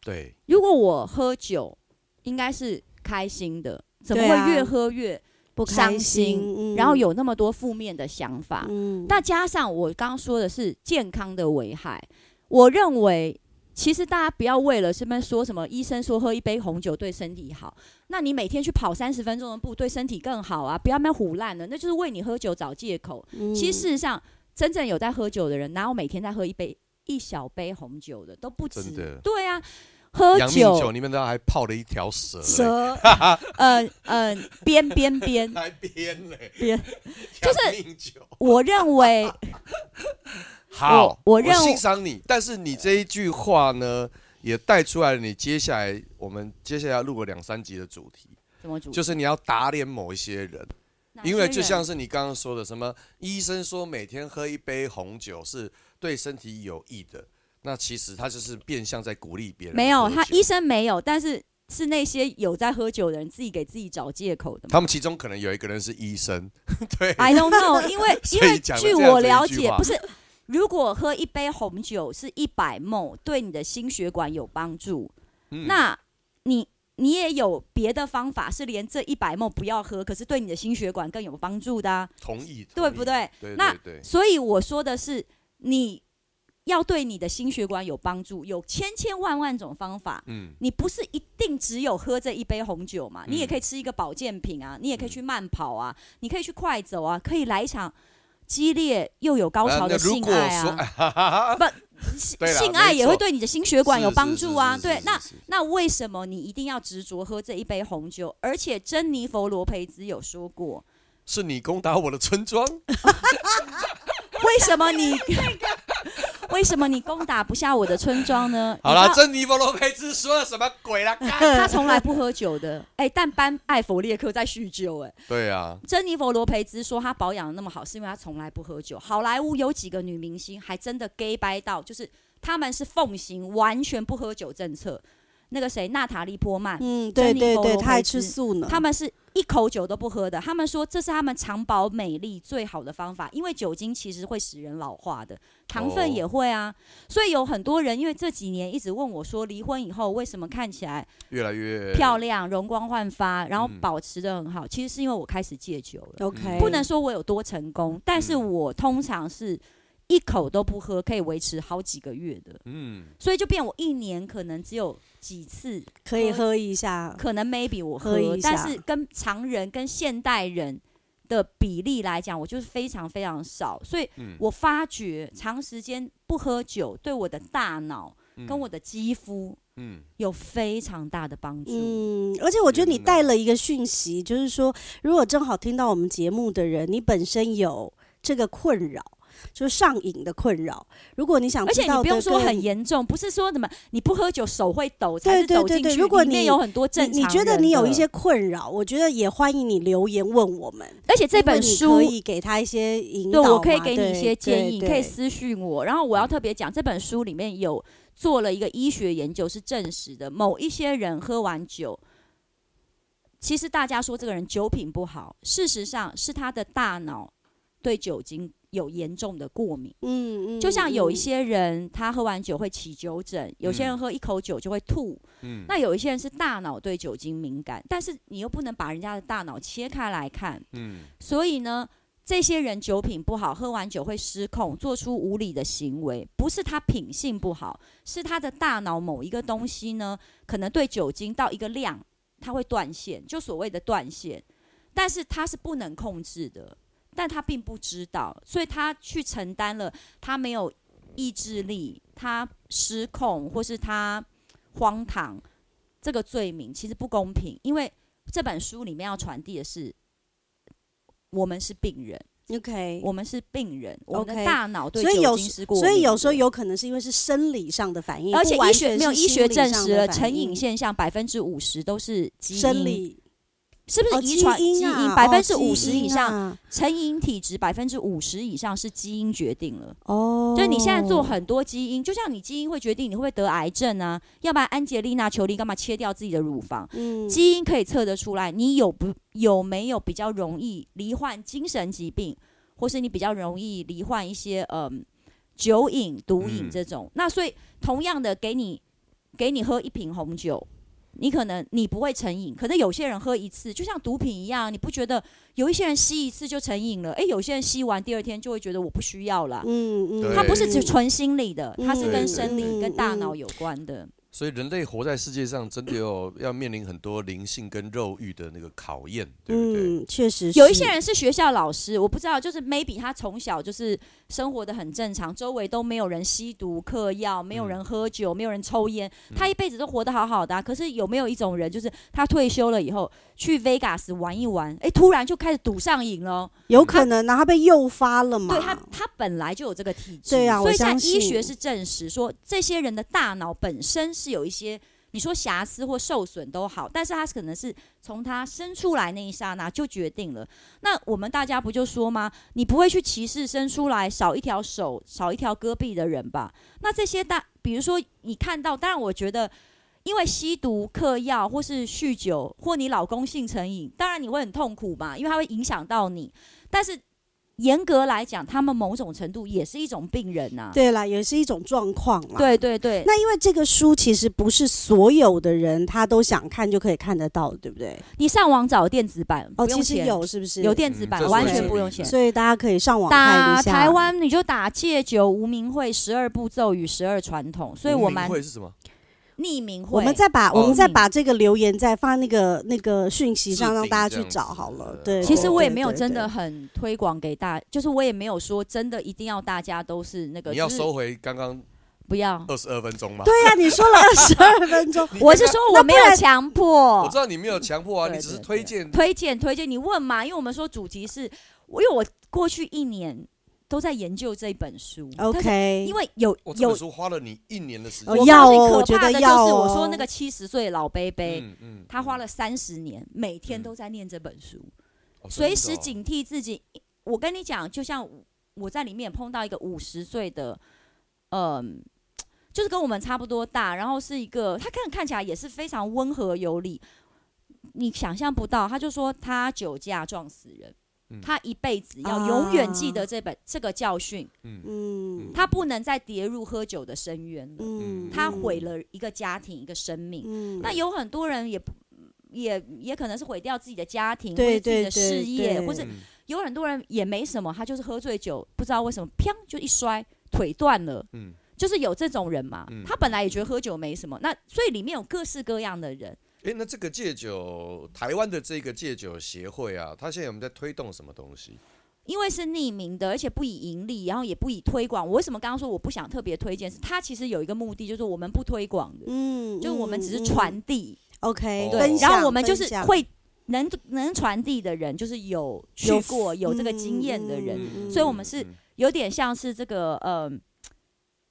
[SPEAKER 5] 对，
[SPEAKER 3] 如果我喝酒，应该是开心的，怎么
[SPEAKER 4] 对啊
[SPEAKER 3] 会越喝越？
[SPEAKER 4] 不开
[SPEAKER 3] 伤心
[SPEAKER 4] 嗯
[SPEAKER 3] 然后有啊那么多负面的想法？
[SPEAKER 4] 嗯
[SPEAKER 3] 那加上我刚刚说的是健康的危害，我认为其实大家不要为了什么说什么医生说喝一杯红酒对身体好，那你每天去跑三十分钟的步对身体更好啊！不要那么胡烂了，那就是为你喝酒找借口。其
[SPEAKER 5] 嗯
[SPEAKER 3] 实事实上，真正有在喝酒的人，哪有每天在喝一杯一小杯红酒的都不止
[SPEAKER 5] 真的。
[SPEAKER 3] 对啊，喝
[SPEAKER 5] 杨幂酒
[SPEAKER 3] 酒，
[SPEAKER 5] 里面都还泡了一条蛇嘞，
[SPEAKER 3] 蛇，嗯嗯，边边边，
[SPEAKER 5] 来编嘞， [LAUGHS]
[SPEAKER 3] 编
[SPEAKER 5] 就是杨幂酒。
[SPEAKER 3] 我认
[SPEAKER 5] [LAUGHS]
[SPEAKER 3] 为
[SPEAKER 5] 好，
[SPEAKER 3] 我认
[SPEAKER 5] 欣赏你，但是你这一句话呢，也带出来了你接下来我们接下来要录个两三集的主题，
[SPEAKER 3] 怎么煮，
[SPEAKER 5] 就是你要打脸某一些人，
[SPEAKER 3] 哪
[SPEAKER 5] 因为
[SPEAKER 3] 些
[SPEAKER 5] 就
[SPEAKER 3] 人
[SPEAKER 5] 像是你刚刚说的，什么医生说每天喝一杯红酒是对身体有益的，那其实他就是变相在鼓励别人喝酒。
[SPEAKER 3] 没有，他医生没有，但是是那些有在喝酒的人自己给自己找借口的嘛。
[SPEAKER 5] 他们其中可能有一个人是医生，对，
[SPEAKER 3] I don't know，因
[SPEAKER 5] [LAUGHS]
[SPEAKER 3] 为因
[SPEAKER 5] 所以
[SPEAKER 3] 为
[SPEAKER 5] 讲了
[SPEAKER 3] 据
[SPEAKER 5] 这样
[SPEAKER 3] 我
[SPEAKER 5] 子一
[SPEAKER 3] 了
[SPEAKER 5] 句
[SPEAKER 3] 解
[SPEAKER 5] 话，
[SPEAKER 3] 不是如果喝一杯红酒是一百梦，对你的心血管有帮助，
[SPEAKER 5] 嗯
[SPEAKER 3] 那你。你也有别的方法，是连这一百梦不要喝，可是对你的心血管更有帮助的、啊，
[SPEAKER 5] 同意，
[SPEAKER 3] 对
[SPEAKER 5] 同意
[SPEAKER 3] 不？对？
[SPEAKER 5] 对
[SPEAKER 3] 那
[SPEAKER 5] 对对，
[SPEAKER 3] 所以我说的是，你要对你的心血管有帮助，有千千万万种方法。
[SPEAKER 5] 嗯，
[SPEAKER 3] 你不是一定只有喝这一杯红酒嘛？
[SPEAKER 5] 嗯
[SPEAKER 3] 你也可以吃一个保健品啊，你也可以去慢跑啊，你可以去快走啊，可以来一场激烈又有高潮
[SPEAKER 5] 啊
[SPEAKER 3] 的
[SPEAKER 5] 那如
[SPEAKER 3] 性
[SPEAKER 5] 果
[SPEAKER 3] 爱
[SPEAKER 5] 说
[SPEAKER 3] 啊。
[SPEAKER 5] [LAUGHS]
[SPEAKER 3] 性
[SPEAKER 5] 对啦
[SPEAKER 3] 性爱
[SPEAKER 5] 没
[SPEAKER 3] 也会
[SPEAKER 5] 错
[SPEAKER 3] 对你的心血管有
[SPEAKER 5] 是
[SPEAKER 3] 帮
[SPEAKER 5] 是是
[SPEAKER 3] 助啊。
[SPEAKER 5] 是
[SPEAKER 3] 对
[SPEAKER 5] 是，
[SPEAKER 3] 那
[SPEAKER 5] 是
[SPEAKER 3] 那为什么你一定要执着喝这一杯红酒？而且珍妮佛罗培兹有说过，
[SPEAKER 5] 是你攻打我的村庄，
[SPEAKER 3] 为什么
[SPEAKER 5] [LAUGHS]
[SPEAKER 3] 你 [LAUGHS] 为什么你攻打不下我的村庄呢？
[SPEAKER 5] 好
[SPEAKER 3] 你
[SPEAKER 5] 啦，
[SPEAKER 3] 知道
[SPEAKER 5] 珍妮弗洛佩兹说了什么鬼啦？干
[SPEAKER 3] 他从来不喝酒的，哎、但班艾弗列克在酗酒、哎。
[SPEAKER 5] 对啊，
[SPEAKER 3] 珍妮佛罗培兹说她保养的那么好，是因为她从来不喝酒。好莱坞有几个女明星还真的 gay 掰到，就是她们是奉行完全不喝酒政策。那个谁，娜塔莉波曼，
[SPEAKER 4] 嗯，对
[SPEAKER 3] 珍妮
[SPEAKER 4] 对
[SPEAKER 3] 佛
[SPEAKER 4] 对，
[SPEAKER 3] 罗
[SPEAKER 4] 他还
[SPEAKER 3] 培
[SPEAKER 4] 吃
[SPEAKER 3] 兹
[SPEAKER 4] 素
[SPEAKER 5] 嗯
[SPEAKER 4] 呢。
[SPEAKER 3] 她们是一口酒都不喝的。她们说这是她们长保美丽最好的方法，因为酒精其实会使人老化的，糖
[SPEAKER 5] 哦
[SPEAKER 3] 分也会啊。所以有很多人因为这几年一直问我说，离婚以后为什么看起来
[SPEAKER 5] 越来越
[SPEAKER 3] 漂亮、
[SPEAKER 5] 亮。
[SPEAKER 3] 容光焕发，然后
[SPEAKER 5] 嗯
[SPEAKER 3] 保持的很好？其实是因为我开始戒酒了。
[SPEAKER 4] OK，
[SPEAKER 3] 不能说我有多成功，但是
[SPEAKER 5] 嗯
[SPEAKER 3] 我通常是一口都不喝，可以维持好几个月的，
[SPEAKER 5] 嗯，
[SPEAKER 3] 所以就变我一年可能只有几次，
[SPEAKER 4] 可以喝一下。
[SPEAKER 3] 可能 maybe 我
[SPEAKER 4] 喝一下
[SPEAKER 3] 但是跟常人跟现代人的比例来讲，我就是非常非常少，所以
[SPEAKER 5] 嗯
[SPEAKER 3] 我发觉长时间不喝酒对我的大脑
[SPEAKER 5] 嗯
[SPEAKER 3] 跟我的肌肤
[SPEAKER 5] 嗯
[SPEAKER 3] 有非常大的帮助。
[SPEAKER 4] 嗯，而且我觉得你
[SPEAKER 5] 嗯
[SPEAKER 4] 带了一个讯息，就是说，如果正好听到我们节目的人，你本身有这个困扰，就是上瘾的困扰。如果你想
[SPEAKER 3] 而且
[SPEAKER 4] 知
[SPEAKER 3] 你
[SPEAKER 4] 道
[SPEAKER 3] 不
[SPEAKER 4] 的
[SPEAKER 3] 用说
[SPEAKER 4] 更
[SPEAKER 3] 很严重，不是说什么你不喝酒手会抖才
[SPEAKER 4] 对
[SPEAKER 3] 是
[SPEAKER 4] 对
[SPEAKER 3] 抖
[SPEAKER 4] 对
[SPEAKER 3] 进
[SPEAKER 4] 对
[SPEAKER 3] 去，
[SPEAKER 4] 如果
[SPEAKER 3] 里面
[SPEAKER 4] 你
[SPEAKER 3] 有很多正
[SPEAKER 4] 你
[SPEAKER 3] 常
[SPEAKER 4] 你觉得
[SPEAKER 3] 人
[SPEAKER 4] 你有
[SPEAKER 3] 的
[SPEAKER 4] 一些困扰，我觉得也欢迎你留言问我们。
[SPEAKER 3] 而且这
[SPEAKER 4] 因为
[SPEAKER 3] 本
[SPEAKER 4] 你
[SPEAKER 3] 书
[SPEAKER 4] 可，以给他一些引
[SPEAKER 3] 对
[SPEAKER 4] 导嘛，
[SPEAKER 3] 我可以给你一
[SPEAKER 4] 对
[SPEAKER 3] 些建议，你
[SPEAKER 4] 对
[SPEAKER 3] 可以
[SPEAKER 4] 对
[SPEAKER 3] 私讯我。然后我要特别讲，这本书里面有做了一个医学研究，是证实的，某一些人喝完酒，其实大家说这个人酒品不好，事实上是他的大脑对酒精有严重的过敏。
[SPEAKER 4] 嗯嗯，
[SPEAKER 3] 就像有一
[SPEAKER 4] 嗯
[SPEAKER 3] 些人他喝完酒会起酒疹，有些人
[SPEAKER 5] 嗯
[SPEAKER 3] 喝一口酒就会吐，
[SPEAKER 5] 嗯，
[SPEAKER 3] 那有一些人是大脑对酒精敏感，但是你又不能把人家的大脑切开来看。
[SPEAKER 5] 嗯
[SPEAKER 3] 所以呢，这些人酒品不好，喝完酒会失控，做出无理的行为，不是他品性不好，是他的大脑某一个东西呢，可能对酒精到一个量，它会断线，就所谓的断线，但是他是不能控制的，但他并不知道，所以他去承担了，他没有意志力，他失控，或是他荒唐。这个罪名其实不公平，因为这本书里面要传递的是我们是病人，
[SPEAKER 4] 嗯 OK，
[SPEAKER 3] 我们是病人，我们的
[SPEAKER 4] OK
[SPEAKER 3] 大脑对
[SPEAKER 4] 所以
[SPEAKER 3] 酒
[SPEAKER 4] 有
[SPEAKER 3] 精
[SPEAKER 4] 时
[SPEAKER 3] 是过
[SPEAKER 4] 所以
[SPEAKER 3] 敏
[SPEAKER 4] 有时候
[SPEAKER 3] 的
[SPEAKER 4] 有可能是因为是生理上的反应，
[SPEAKER 3] 而且
[SPEAKER 4] 不完
[SPEAKER 3] 医学
[SPEAKER 4] 全
[SPEAKER 3] 没有
[SPEAKER 4] 是
[SPEAKER 3] 医学
[SPEAKER 4] 心理上
[SPEAKER 3] 证实
[SPEAKER 4] 的
[SPEAKER 3] 了，
[SPEAKER 4] 反
[SPEAKER 3] 成瘾
[SPEAKER 4] 应
[SPEAKER 3] 现象百分之五十都是基因，
[SPEAKER 4] 生理
[SPEAKER 3] 是不
[SPEAKER 4] 哦
[SPEAKER 3] 是遗传
[SPEAKER 4] 基
[SPEAKER 3] 基
[SPEAKER 4] 啊
[SPEAKER 3] 因？
[SPEAKER 4] 哦
[SPEAKER 3] 百分之五十
[SPEAKER 4] 基因
[SPEAKER 3] 以上，
[SPEAKER 4] 啊
[SPEAKER 3] 成瘾体质百分之五十以上是基因决定了。
[SPEAKER 4] 哦，
[SPEAKER 3] 就是你现在做很多基因，就像你基因会决定你会不会得癌症啊，要不然安吉丽娜·裘丽干嘛切掉自己的乳房？
[SPEAKER 4] 嗯
[SPEAKER 3] 基因可以测得出来，你有不有没有比较容易罹患精神疾病，或是你比较容易罹患一些嗯酒瘾、毒瘾
[SPEAKER 5] 嗯
[SPEAKER 3] 这种。那所以同样的，给你给你喝一瓶红酒，你可能你不会成瘾，可是有些人喝一次，就像毒品一样，你不觉得有一些人吸一次就成瘾了？诶，有些人吸完第二天就会觉得我不需要了。
[SPEAKER 4] 嗯嗯，
[SPEAKER 5] 对
[SPEAKER 3] 它不是只纯心理的，它是跟生理、
[SPEAKER 4] 嗯
[SPEAKER 3] 跟大脑有关的。
[SPEAKER 5] 所以人类活在世界上，真的有要面临很多灵性跟肉欲的那个考验，对不对？
[SPEAKER 4] 嗯，确实
[SPEAKER 3] 有一
[SPEAKER 4] 是
[SPEAKER 3] 些人是学校老师，我不知道，就是 maybe 他从小就是生活的很正常，周围都没有人吸毒、嗑药，没有人喝酒，没有人抽烟，他一辈子都活得好好的啊、可是有没有一种人，就是他退休了以后去 Vegas 玩一玩，哎，突然就开始赌上瘾了？哦
[SPEAKER 4] 有可能啊，他被诱发了嘛，
[SPEAKER 3] 对他，他本来就有这个体质，
[SPEAKER 4] 对啊我
[SPEAKER 3] 所以在
[SPEAKER 4] 相信
[SPEAKER 3] 医学是证实说，这些人的大脑本身是有一些，你说瑕疵或受损都好，但是他可能是从他生出来那一刹那就决定了。那我们大家不就说吗？你不会去歧视生出来少一条手、少一条胳臂的人吧？那这些大，比如说你看到，当然我觉得。因为吸毒、嗑药或是酗酒，或你老公性成瘾，当然你会很痛苦嘛，因为它会影响到你。但是严格来讲，他们某种程度也是一种病人呐、
[SPEAKER 4] 对啦，也是一种状况啦。
[SPEAKER 3] 对对对
[SPEAKER 4] 那因为这个书其实不是所有的人他都想看就可以看得到的，对不对？
[SPEAKER 3] 你上网找电子版，
[SPEAKER 4] 哦，
[SPEAKER 3] 不用
[SPEAKER 4] 其实
[SPEAKER 3] 钱 [LAUGHS]
[SPEAKER 4] 有是不是？
[SPEAKER 3] 有电子版，
[SPEAKER 5] 嗯这是
[SPEAKER 3] 完
[SPEAKER 5] 有
[SPEAKER 3] 全不
[SPEAKER 5] 的
[SPEAKER 3] 用钱。
[SPEAKER 4] 所以大家可以上网看
[SPEAKER 3] 打
[SPEAKER 4] 一下。
[SPEAKER 3] 台湾你就打戒酒无名会十二步骤与十二传统，所以我们
[SPEAKER 5] 会是什么？
[SPEAKER 3] 匿名会，
[SPEAKER 4] 我们再把、
[SPEAKER 5] 哦
[SPEAKER 4] 我们再把这个留言再放在那个那个讯息上，
[SPEAKER 5] 置顶
[SPEAKER 4] 让大家去
[SPEAKER 5] 这
[SPEAKER 4] 找
[SPEAKER 5] 样子
[SPEAKER 4] 好了。
[SPEAKER 5] 的
[SPEAKER 4] 对，
[SPEAKER 3] 其实我也
[SPEAKER 4] 对
[SPEAKER 3] 没有真的
[SPEAKER 4] 对
[SPEAKER 3] 很推广给大，就是我也没有说真的一定要大家都是那个，
[SPEAKER 5] 你要
[SPEAKER 3] 就是
[SPEAKER 5] 收回刚刚
[SPEAKER 3] 不要。
[SPEAKER 5] 二十二分钟吗？
[SPEAKER 4] 对啊呀、你说了二十二
[SPEAKER 3] [LAUGHS]
[SPEAKER 4] 分钟，
[SPEAKER 3] 我是说我没有强迫
[SPEAKER 5] 我知，道你没有强迫啊，
[SPEAKER 3] 对
[SPEAKER 5] 你只是
[SPEAKER 3] 对
[SPEAKER 5] 推荐。
[SPEAKER 3] 推荐推荐你问嘛，因为我们说主题是，我因为我过去一年都在研究这本书但是
[SPEAKER 4] OK，
[SPEAKER 3] 因为有
[SPEAKER 5] 我这
[SPEAKER 3] 有
[SPEAKER 5] 本书花了你一年的时间
[SPEAKER 4] 哦。
[SPEAKER 3] 我
[SPEAKER 4] 要
[SPEAKER 3] 告诉你
[SPEAKER 4] 哦
[SPEAKER 3] 可
[SPEAKER 4] 我觉
[SPEAKER 3] 怕
[SPEAKER 4] 得
[SPEAKER 3] 的
[SPEAKER 4] 要
[SPEAKER 3] 就是我
[SPEAKER 4] 哦
[SPEAKER 3] 说那个七十岁的老伯伯，
[SPEAKER 5] 嗯
[SPEAKER 3] 哎他花了三十年，每天都在念这本书，
[SPEAKER 5] 哦
[SPEAKER 3] 随
[SPEAKER 5] 真
[SPEAKER 3] 时
[SPEAKER 5] 的哦
[SPEAKER 3] 警惕自己。我跟你讲，就像我在里面碰到一个五十岁的，嗯、就是跟我们差不多大，然后是一个他看看起来也是非常温和有礼，你想象不到，他就说他酒驾撞死人，
[SPEAKER 5] 嗯
[SPEAKER 3] 他一辈子要
[SPEAKER 4] 啊
[SPEAKER 3] 永远记得这本、这个教训，
[SPEAKER 5] 嗯，
[SPEAKER 4] 嗯
[SPEAKER 3] 他不能再跌入喝酒的深渊了，
[SPEAKER 4] 嗯，
[SPEAKER 3] 他毁了一个家庭一个生命。
[SPEAKER 4] 嗯，
[SPEAKER 3] 那有很多人也不也也可能是毁掉自己的家庭，
[SPEAKER 4] 对
[SPEAKER 3] 或者自己的
[SPEAKER 4] 对
[SPEAKER 3] 事
[SPEAKER 4] 对
[SPEAKER 3] 业，
[SPEAKER 4] 对
[SPEAKER 3] 或
[SPEAKER 5] 嗯
[SPEAKER 3] 者有很多人也没什么，他就是喝醉酒，不知道为什么，砰就一摔，腿断了。
[SPEAKER 5] 嗯
[SPEAKER 3] 就是有这种人嘛，
[SPEAKER 5] 嗯
[SPEAKER 3] 他本来也觉得喝酒没什么，那所以里面有各式各样的人，
[SPEAKER 5] 哎，那这个戒酒，台湾的这个戒酒协会啊，他现在我们在推动什么东西？
[SPEAKER 3] 因为是匿名的，而且不以盈利，然后也不以推广。我为什么刚刚说我不想特别推荐？是他其实有一个目的，就是我们不推广的，
[SPEAKER 4] 嗯，
[SPEAKER 3] 就是我们只是
[SPEAKER 4] 嗯
[SPEAKER 3] 传递，
[SPEAKER 4] OK，
[SPEAKER 5] 对
[SPEAKER 4] 分
[SPEAKER 3] 然
[SPEAKER 4] 享
[SPEAKER 3] 后我们就
[SPEAKER 4] 分
[SPEAKER 3] 是
[SPEAKER 4] 享
[SPEAKER 3] 会能能传递的人，就是有去
[SPEAKER 4] 有
[SPEAKER 3] 过、有这个经验的人，
[SPEAKER 4] 嗯
[SPEAKER 3] 所以我们是
[SPEAKER 5] 嗯
[SPEAKER 3] 有点像是这个呃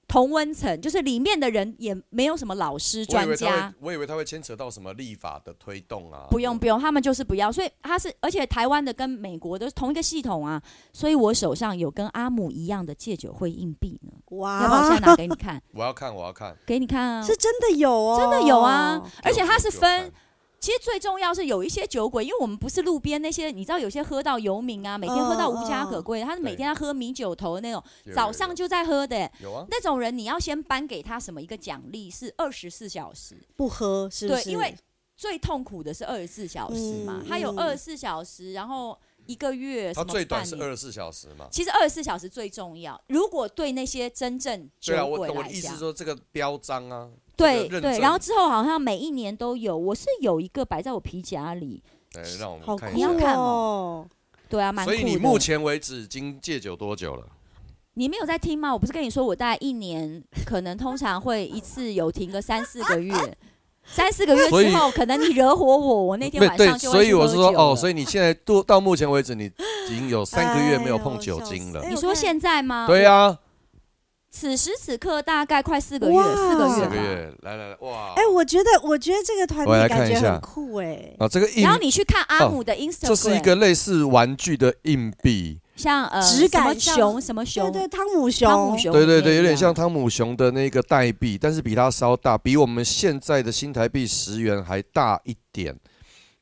[SPEAKER 3] 同温层，就是里面的人也没有什么老师
[SPEAKER 5] 我以
[SPEAKER 3] 专
[SPEAKER 5] 为他
[SPEAKER 3] 家
[SPEAKER 5] 会，，我以为他会牵扯到什么立法的推动啊。
[SPEAKER 3] 不用不用，他们就是不要，所以他是而且台湾的跟美国都是同一个系统啊，所以我手上有跟阿姆一样的戒酒会硬币呢，
[SPEAKER 4] 哇，
[SPEAKER 3] 要不要我现在拿给你看？ [LAUGHS]
[SPEAKER 5] 我要看，我要看。
[SPEAKER 3] 给你看啊。
[SPEAKER 4] 啊是真的有哦，
[SPEAKER 3] 真的有啊，而且
[SPEAKER 5] 给我
[SPEAKER 3] 它
[SPEAKER 5] 看
[SPEAKER 3] 是
[SPEAKER 5] 给我看
[SPEAKER 3] 分其实最重要是有一些酒鬼，因为我们不是路边那些，你知道有些喝到游民啊，每天喝到无家可
[SPEAKER 5] 嗯
[SPEAKER 3] 归，他是每天要喝米酒头的那种，
[SPEAKER 5] 有
[SPEAKER 3] 早
[SPEAKER 5] 有
[SPEAKER 3] 上
[SPEAKER 5] 有
[SPEAKER 3] 就在喝的
[SPEAKER 5] 有啊，
[SPEAKER 3] 那种人，你要先颁给他什么一个奖励是二十四小时，
[SPEAKER 4] 不喝是不
[SPEAKER 3] 对
[SPEAKER 4] 是？，
[SPEAKER 3] 因为最痛苦的是二十四小时嘛
[SPEAKER 4] 嗯，
[SPEAKER 3] 他有
[SPEAKER 4] 嗯
[SPEAKER 3] 二十四小时，然后一个月，
[SPEAKER 5] 它
[SPEAKER 3] 什么
[SPEAKER 5] 最短
[SPEAKER 3] 半
[SPEAKER 5] 是
[SPEAKER 3] 年
[SPEAKER 5] 二十四小时嘛。
[SPEAKER 3] 其实二十四小时最重要。如果对那些真正酒
[SPEAKER 5] 对啊，我
[SPEAKER 3] 鬼
[SPEAKER 5] 我
[SPEAKER 3] 来
[SPEAKER 5] 的意思
[SPEAKER 3] 讲
[SPEAKER 5] 是，说这个标章啊，
[SPEAKER 3] 对
[SPEAKER 5] 这个认
[SPEAKER 3] 对，
[SPEAKER 5] 证
[SPEAKER 3] 然后之后好像每一年都有，我是有一个摆在我皮夹里，
[SPEAKER 5] 来哎让我
[SPEAKER 4] 好
[SPEAKER 5] 们嗯看一
[SPEAKER 4] 酷
[SPEAKER 3] 你要
[SPEAKER 5] 下。
[SPEAKER 3] 看
[SPEAKER 4] 哦，
[SPEAKER 3] 对啊，蛮酷
[SPEAKER 5] 所
[SPEAKER 3] 的。
[SPEAKER 5] 以你目前为止已经戒酒多久了？
[SPEAKER 3] 你没有在听吗？我不是跟你说，我大概一年可能通常会一次有停个三四个
[SPEAKER 5] [LAUGHS]
[SPEAKER 3] 月，三四个月
[SPEAKER 5] 所以
[SPEAKER 3] 之后，可能你惹火我，我那天晚
[SPEAKER 5] 对，
[SPEAKER 3] 上就
[SPEAKER 5] 所
[SPEAKER 3] 会
[SPEAKER 5] 以
[SPEAKER 3] 去
[SPEAKER 5] 我
[SPEAKER 3] 喝
[SPEAKER 5] 是
[SPEAKER 3] 酒
[SPEAKER 5] 说，哦，
[SPEAKER 3] 了
[SPEAKER 5] 所以你现在到到目前为止，你经有三个月没有碰
[SPEAKER 4] 哎呦
[SPEAKER 5] 酒精
[SPEAKER 3] [LAUGHS]
[SPEAKER 5] 了
[SPEAKER 4] 笑。死
[SPEAKER 3] 你说现在吗？
[SPEAKER 5] 对啊，
[SPEAKER 3] 此时此刻大概快四个月，
[SPEAKER 4] 哇
[SPEAKER 3] 四个
[SPEAKER 4] 四
[SPEAKER 5] 四
[SPEAKER 3] 月吧。
[SPEAKER 5] 个月，来来来，哇！
[SPEAKER 4] 哎，我觉得我觉得这个团
[SPEAKER 5] 我来
[SPEAKER 4] 体感
[SPEAKER 5] 看一
[SPEAKER 4] 觉
[SPEAKER 5] 下
[SPEAKER 4] 很酷哎，
[SPEAKER 5] 啊，这个硬
[SPEAKER 3] 然后，你去看阿
[SPEAKER 5] 哦
[SPEAKER 3] 姆的 Instagram，
[SPEAKER 5] 这是一个类似玩具的硬币，
[SPEAKER 3] 像呃
[SPEAKER 4] 质感
[SPEAKER 3] 什
[SPEAKER 4] 像
[SPEAKER 3] 么熊什么熊，
[SPEAKER 4] 对对，汤姆
[SPEAKER 3] 汤姆
[SPEAKER 4] 熊，
[SPEAKER 3] 熊，
[SPEAKER 5] 对对对，有点像。汤姆熊的那个代币，但是比它稍大，比我们现在的新台币十元还大一点。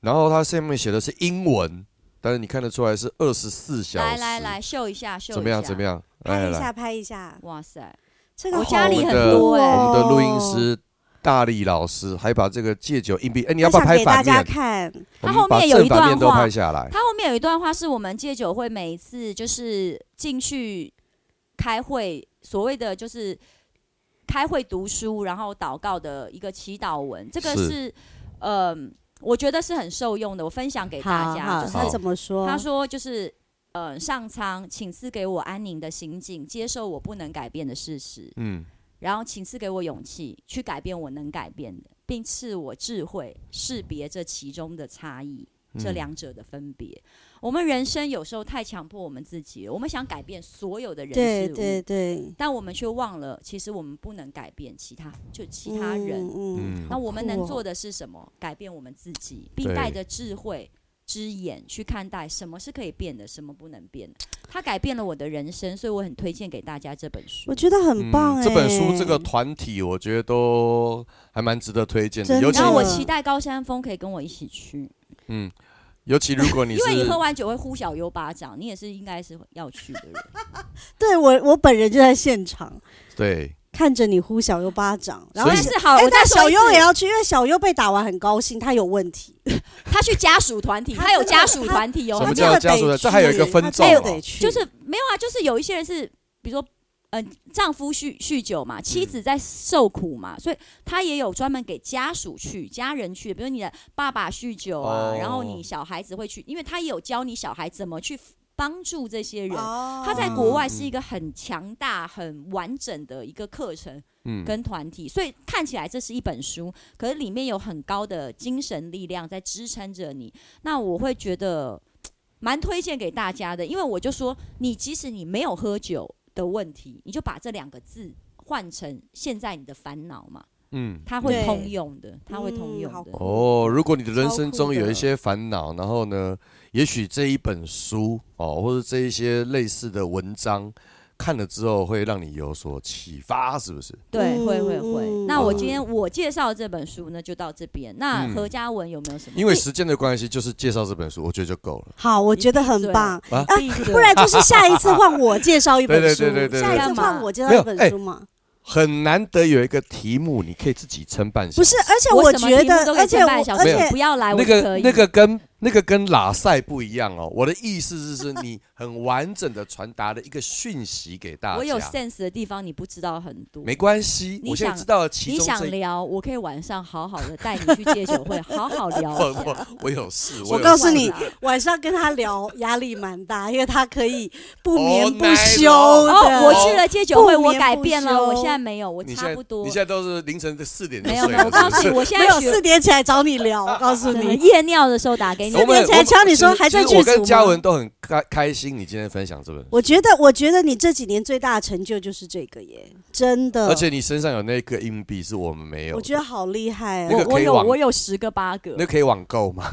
[SPEAKER 5] 然后它上面写的是英文，但是你看得出来是二十四小时。
[SPEAKER 3] 来来来，秀一下，秀一下。
[SPEAKER 5] 怎么样？怎么？样？来
[SPEAKER 4] 拍
[SPEAKER 5] 来
[SPEAKER 4] 一
[SPEAKER 5] 来，
[SPEAKER 4] 下拍一下，
[SPEAKER 3] 哇塞，
[SPEAKER 4] 这个
[SPEAKER 3] 我哦家里很
[SPEAKER 4] 好酷
[SPEAKER 3] 多哎
[SPEAKER 5] 我们的录音
[SPEAKER 4] 哦
[SPEAKER 5] 师大力老师还把这个戒酒硬币，哎，你要
[SPEAKER 4] 我
[SPEAKER 5] 不要
[SPEAKER 4] 想
[SPEAKER 5] 拍
[SPEAKER 4] 给大
[SPEAKER 5] 反
[SPEAKER 4] 家
[SPEAKER 5] 面？
[SPEAKER 4] 看，
[SPEAKER 3] 它
[SPEAKER 5] 我们
[SPEAKER 3] 后面
[SPEAKER 5] 把
[SPEAKER 3] 有
[SPEAKER 5] 正
[SPEAKER 3] 一
[SPEAKER 5] 反
[SPEAKER 3] 段
[SPEAKER 5] 面都
[SPEAKER 3] 话
[SPEAKER 5] 拍下来。
[SPEAKER 3] 它后面有一段话是我们戒酒会每一次就是进去开会，所谓的就是开会读书，然后祷告的一个祈祷文，这个
[SPEAKER 5] 是
[SPEAKER 3] 是呃，我觉得是很受用的，我分享给大家。
[SPEAKER 4] 好
[SPEAKER 3] 就是
[SPEAKER 5] 好
[SPEAKER 4] 他怎么说？
[SPEAKER 3] 他说就是。呃，上苍，请赐给我安宁的心境，接受我不能改变的事实，
[SPEAKER 5] 嗯，
[SPEAKER 3] 然后请赐给我勇气，去改变我能改变的，并赐我智慧，识别这其中的差异。这
[SPEAKER 5] 嗯
[SPEAKER 3] 两者的分别。我们人生有时候太强迫我们自己了，我们想改变所有的人
[SPEAKER 4] 对
[SPEAKER 3] 事物，
[SPEAKER 4] 对对，
[SPEAKER 3] 但我们却忘了，其实我们不能改变其他，就其他人。
[SPEAKER 4] 嗯，嗯
[SPEAKER 5] 嗯
[SPEAKER 3] 那我们能
[SPEAKER 4] 酷哦
[SPEAKER 3] 做的是什么？改变我们自己，并
[SPEAKER 5] 对
[SPEAKER 3] 带着智慧之眼去看待什么是可以变的，什么不能变的。它改变了我的人生，所以我很推荐给大家这本书
[SPEAKER 4] 我。觉得很棒
[SPEAKER 3] 欸
[SPEAKER 4] 哎，
[SPEAKER 5] 嗯这本书这个团体，我觉得都还蛮值得推荐的，
[SPEAKER 4] 真的
[SPEAKER 5] 尤其
[SPEAKER 3] 然后我
[SPEAKER 4] 是
[SPEAKER 3] 期待高山峰可以跟我一起去，
[SPEAKER 5] 嗯，尤其如果你
[SPEAKER 3] [LAUGHS] 因
[SPEAKER 5] 是
[SPEAKER 3] 为你喝完酒会呼小优巴掌，你也是应该是要去的人。
[SPEAKER 4] 对我我本人就在现场
[SPEAKER 5] 对，
[SPEAKER 4] 看着你呼小优巴掌，然后
[SPEAKER 5] 所以
[SPEAKER 3] 但是好，
[SPEAKER 4] 哎
[SPEAKER 3] 我再
[SPEAKER 4] 但
[SPEAKER 3] 说
[SPEAKER 4] 小
[SPEAKER 3] 一
[SPEAKER 4] 优
[SPEAKER 3] 次
[SPEAKER 4] 也要去，因为小优被打完很高兴，他有问题，
[SPEAKER 3] 他去家属团体，
[SPEAKER 4] 他
[SPEAKER 3] 他有
[SPEAKER 4] 真的
[SPEAKER 3] 家属团体
[SPEAKER 5] 什
[SPEAKER 3] 哦
[SPEAKER 5] 么，
[SPEAKER 4] 他
[SPEAKER 5] 叫
[SPEAKER 4] 真的
[SPEAKER 5] 家属
[SPEAKER 4] 得
[SPEAKER 5] 的
[SPEAKER 4] 去
[SPEAKER 5] 这还有一个分
[SPEAKER 4] 他
[SPEAKER 5] 众
[SPEAKER 4] 真的
[SPEAKER 5] 哦
[SPEAKER 4] 得去，
[SPEAKER 3] 就是没有啊，就是有一些人是，比如说，嗯、丈夫酗酗酒嘛，妻子在受苦嘛，所以他也有专门给家属去、家人去，比如你的爸爸酗酒啊，
[SPEAKER 5] 哦
[SPEAKER 3] 然后你小孩子会去，因为他也有教你小孩怎么去帮助这些人。
[SPEAKER 4] 哦
[SPEAKER 3] 他在国外
[SPEAKER 5] 嗯
[SPEAKER 3] 是一个很强大、很完整的一个课程
[SPEAKER 5] 嗯，
[SPEAKER 3] 跟团体，所以看起来这是一本书，可是里面有很高的精神力量在支撑着你。那我会觉得嗯蛮推荐给大家的，因为我就说，你即使你没有喝酒的问题，你就把这两个字换成现在你的烦恼嘛，
[SPEAKER 5] 嗯。
[SPEAKER 3] 它会
[SPEAKER 4] 对
[SPEAKER 3] 通用的，它会通用
[SPEAKER 4] 嗯好
[SPEAKER 3] 的。
[SPEAKER 4] 酷
[SPEAKER 5] 哦，如果你的人生
[SPEAKER 4] 超酷
[SPEAKER 5] 中
[SPEAKER 4] 的
[SPEAKER 5] 有一些烦恼，然后呢，也许这一本书哦，或者这一些类似的文章，看了之后会让你有所启发，是不是？
[SPEAKER 3] 对，
[SPEAKER 4] 嗯
[SPEAKER 3] 会会会。
[SPEAKER 5] 哦
[SPEAKER 4] 嗯
[SPEAKER 3] 那我今天我介绍这本书呢，就到这边。那
[SPEAKER 5] 嗯
[SPEAKER 3] 何嘉文有没有什么？
[SPEAKER 5] 因为时间的关系，就是介绍这本书，我觉得就够了。
[SPEAKER 4] 嗯好，我觉得很棒。
[SPEAKER 5] 啊
[SPEAKER 3] 闭嘴
[SPEAKER 4] 不然就是下一次换我介绍一本
[SPEAKER 3] [LAUGHS]
[SPEAKER 4] 书，
[SPEAKER 5] 对对对对对
[SPEAKER 4] 下一次换我介绍一本书
[SPEAKER 3] 哎
[SPEAKER 4] 嘛。
[SPEAKER 5] 很难得有一个题目，你可以自己撑半小
[SPEAKER 4] 不
[SPEAKER 5] 时
[SPEAKER 4] 是，。而且
[SPEAKER 3] 我
[SPEAKER 4] 我
[SPEAKER 3] 什么
[SPEAKER 4] 觉
[SPEAKER 3] 题目
[SPEAKER 4] 得
[SPEAKER 3] 都，可以
[SPEAKER 4] 而且
[SPEAKER 3] 前
[SPEAKER 4] 我
[SPEAKER 3] 半小
[SPEAKER 4] 而
[SPEAKER 3] 时
[SPEAKER 5] 没有
[SPEAKER 4] 且
[SPEAKER 3] 不要哎来，我
[SPEAKER 5] 那
[SPEAKER 3] 就可
[SPEAKER 5] 个
[SPEAKER 3] 以。
[SPEAKER 5] 那个跟那个跟拉塞不一样哦，我的意思是是你很完整的传达了一个讯息给大家。
[SPEAKER 3] 我有 sense 的地方你不知道很多。
[SPEAKER 5] 没关系，
[SPEAKER 3] 你
[SPEAKER 5] 我现在
[SPEAKER 3] 想
[SPEAKER 5] 知道了其
[SPEAKER 3] 你
[SPEAKER 5] 中
[SPEAKER 3] 想
[SPEAKER 5] 这一
[SPEAKER 3] 聊，我可以晚上好好的带你去戒酒会，好好聊
[SPEAKER 5] [LAUGHS] 我
[SPEAKER 3] 一下。
[SPEAKER 5] 我我有事，
[SPEAKER 4] 我
[SPEAKER 5] 有
[SPEAKER 4] 告
[SPEAKER 5] 事
[SPEAKER 4] 诉你
[SPEAKER 3] 晚上，
[SPEAKER 4] 晚上跟他聊压力蛮大，因为他可以不
[SPEAKER 5] All
[SPEAKER 4] 眠不
[SPEAKER 5] night
[SPEAKER 4] 休
[SPEAKER 5] long
[SPEAKER 3] 哦，我
[SPEAKER 4] 的。
[SPEAKER 3] 去了戒酒会，
[SPEAKER 4] 不
[SPEAKER 3] 我
[SPEAKER 4] 眠
[SPEAKER 3] 改
[SPEAKER 4] 不
[SPEAKER 3] 变了，
[SPEAKER 4] 休
[SPEAKER 3] 我现在没有，我
[SPEAKER 5] 你
[SPEAKER 3] 呃差
[SPEAKER 5] 现
[SPEAKER 3] 不
[SPEAKER 5] 在
[SPEAKER 3] 多
[SPEAKER 5] 你现。在都是凌晨的四点就
[SPEAKER 3] 没有
[SPEAKER 5] 睡
[SPEAKER 3] 没有，我告
[SPEAKER 5] 了，是
[SPEAKER 3] 诉
[SPEAKER 5] 不
[SPEAKER 3] 你，
[SPEAKER 5] 是？
[SPEAKER 3] 我现
[SPEAKER 4] 没
[SPEAKER 3] 在
[SPEAKER 4] 有
[SPEAKER 3] 学
[SPEAKER 4] 四点起来找你聊，我告诉
[SPEAKER 3] 哦真的
[SPEAKER 4] 你，
[SPEAKER 3] 夜尿的时候打给你
[SPEAKER 4] 我。们才敲你说还在
[SPEAKER 5] 其实我
[SPEAKER 4] 剧组
[SPEAKER 5] 跟嘉
[SPEAKER 4] 吗
[SPEAKER 5] 文都很开开心，你今天分享这
[SPEAKER 3] 嗯
[SPEAKER 5] 本，
[SPEAKER 4] 我觉得，我觉得你这几年最大的成就就是这个耶，真的。
[SPEAKER 5] 而且你身上有那个硬币是我们没有的，
[SPEAKER 4] 我觉得好厉害
[SPEAKER 5] 那
[SPEAKER 4] 哦
[SPEAKER 3] 我，
[SPEAKER 5] 个
[SPEAKER 3] 我
[SPEAKER 5] 可以
[SPEAKER 3] 有
[SPEAKER 5] 往
[SPEAKER 3] 我有十个八个
[SPEAKER 5] 那，可以网购
[SPEAKER 3] [LAUGHS]
[SPEAKER 5] 吗？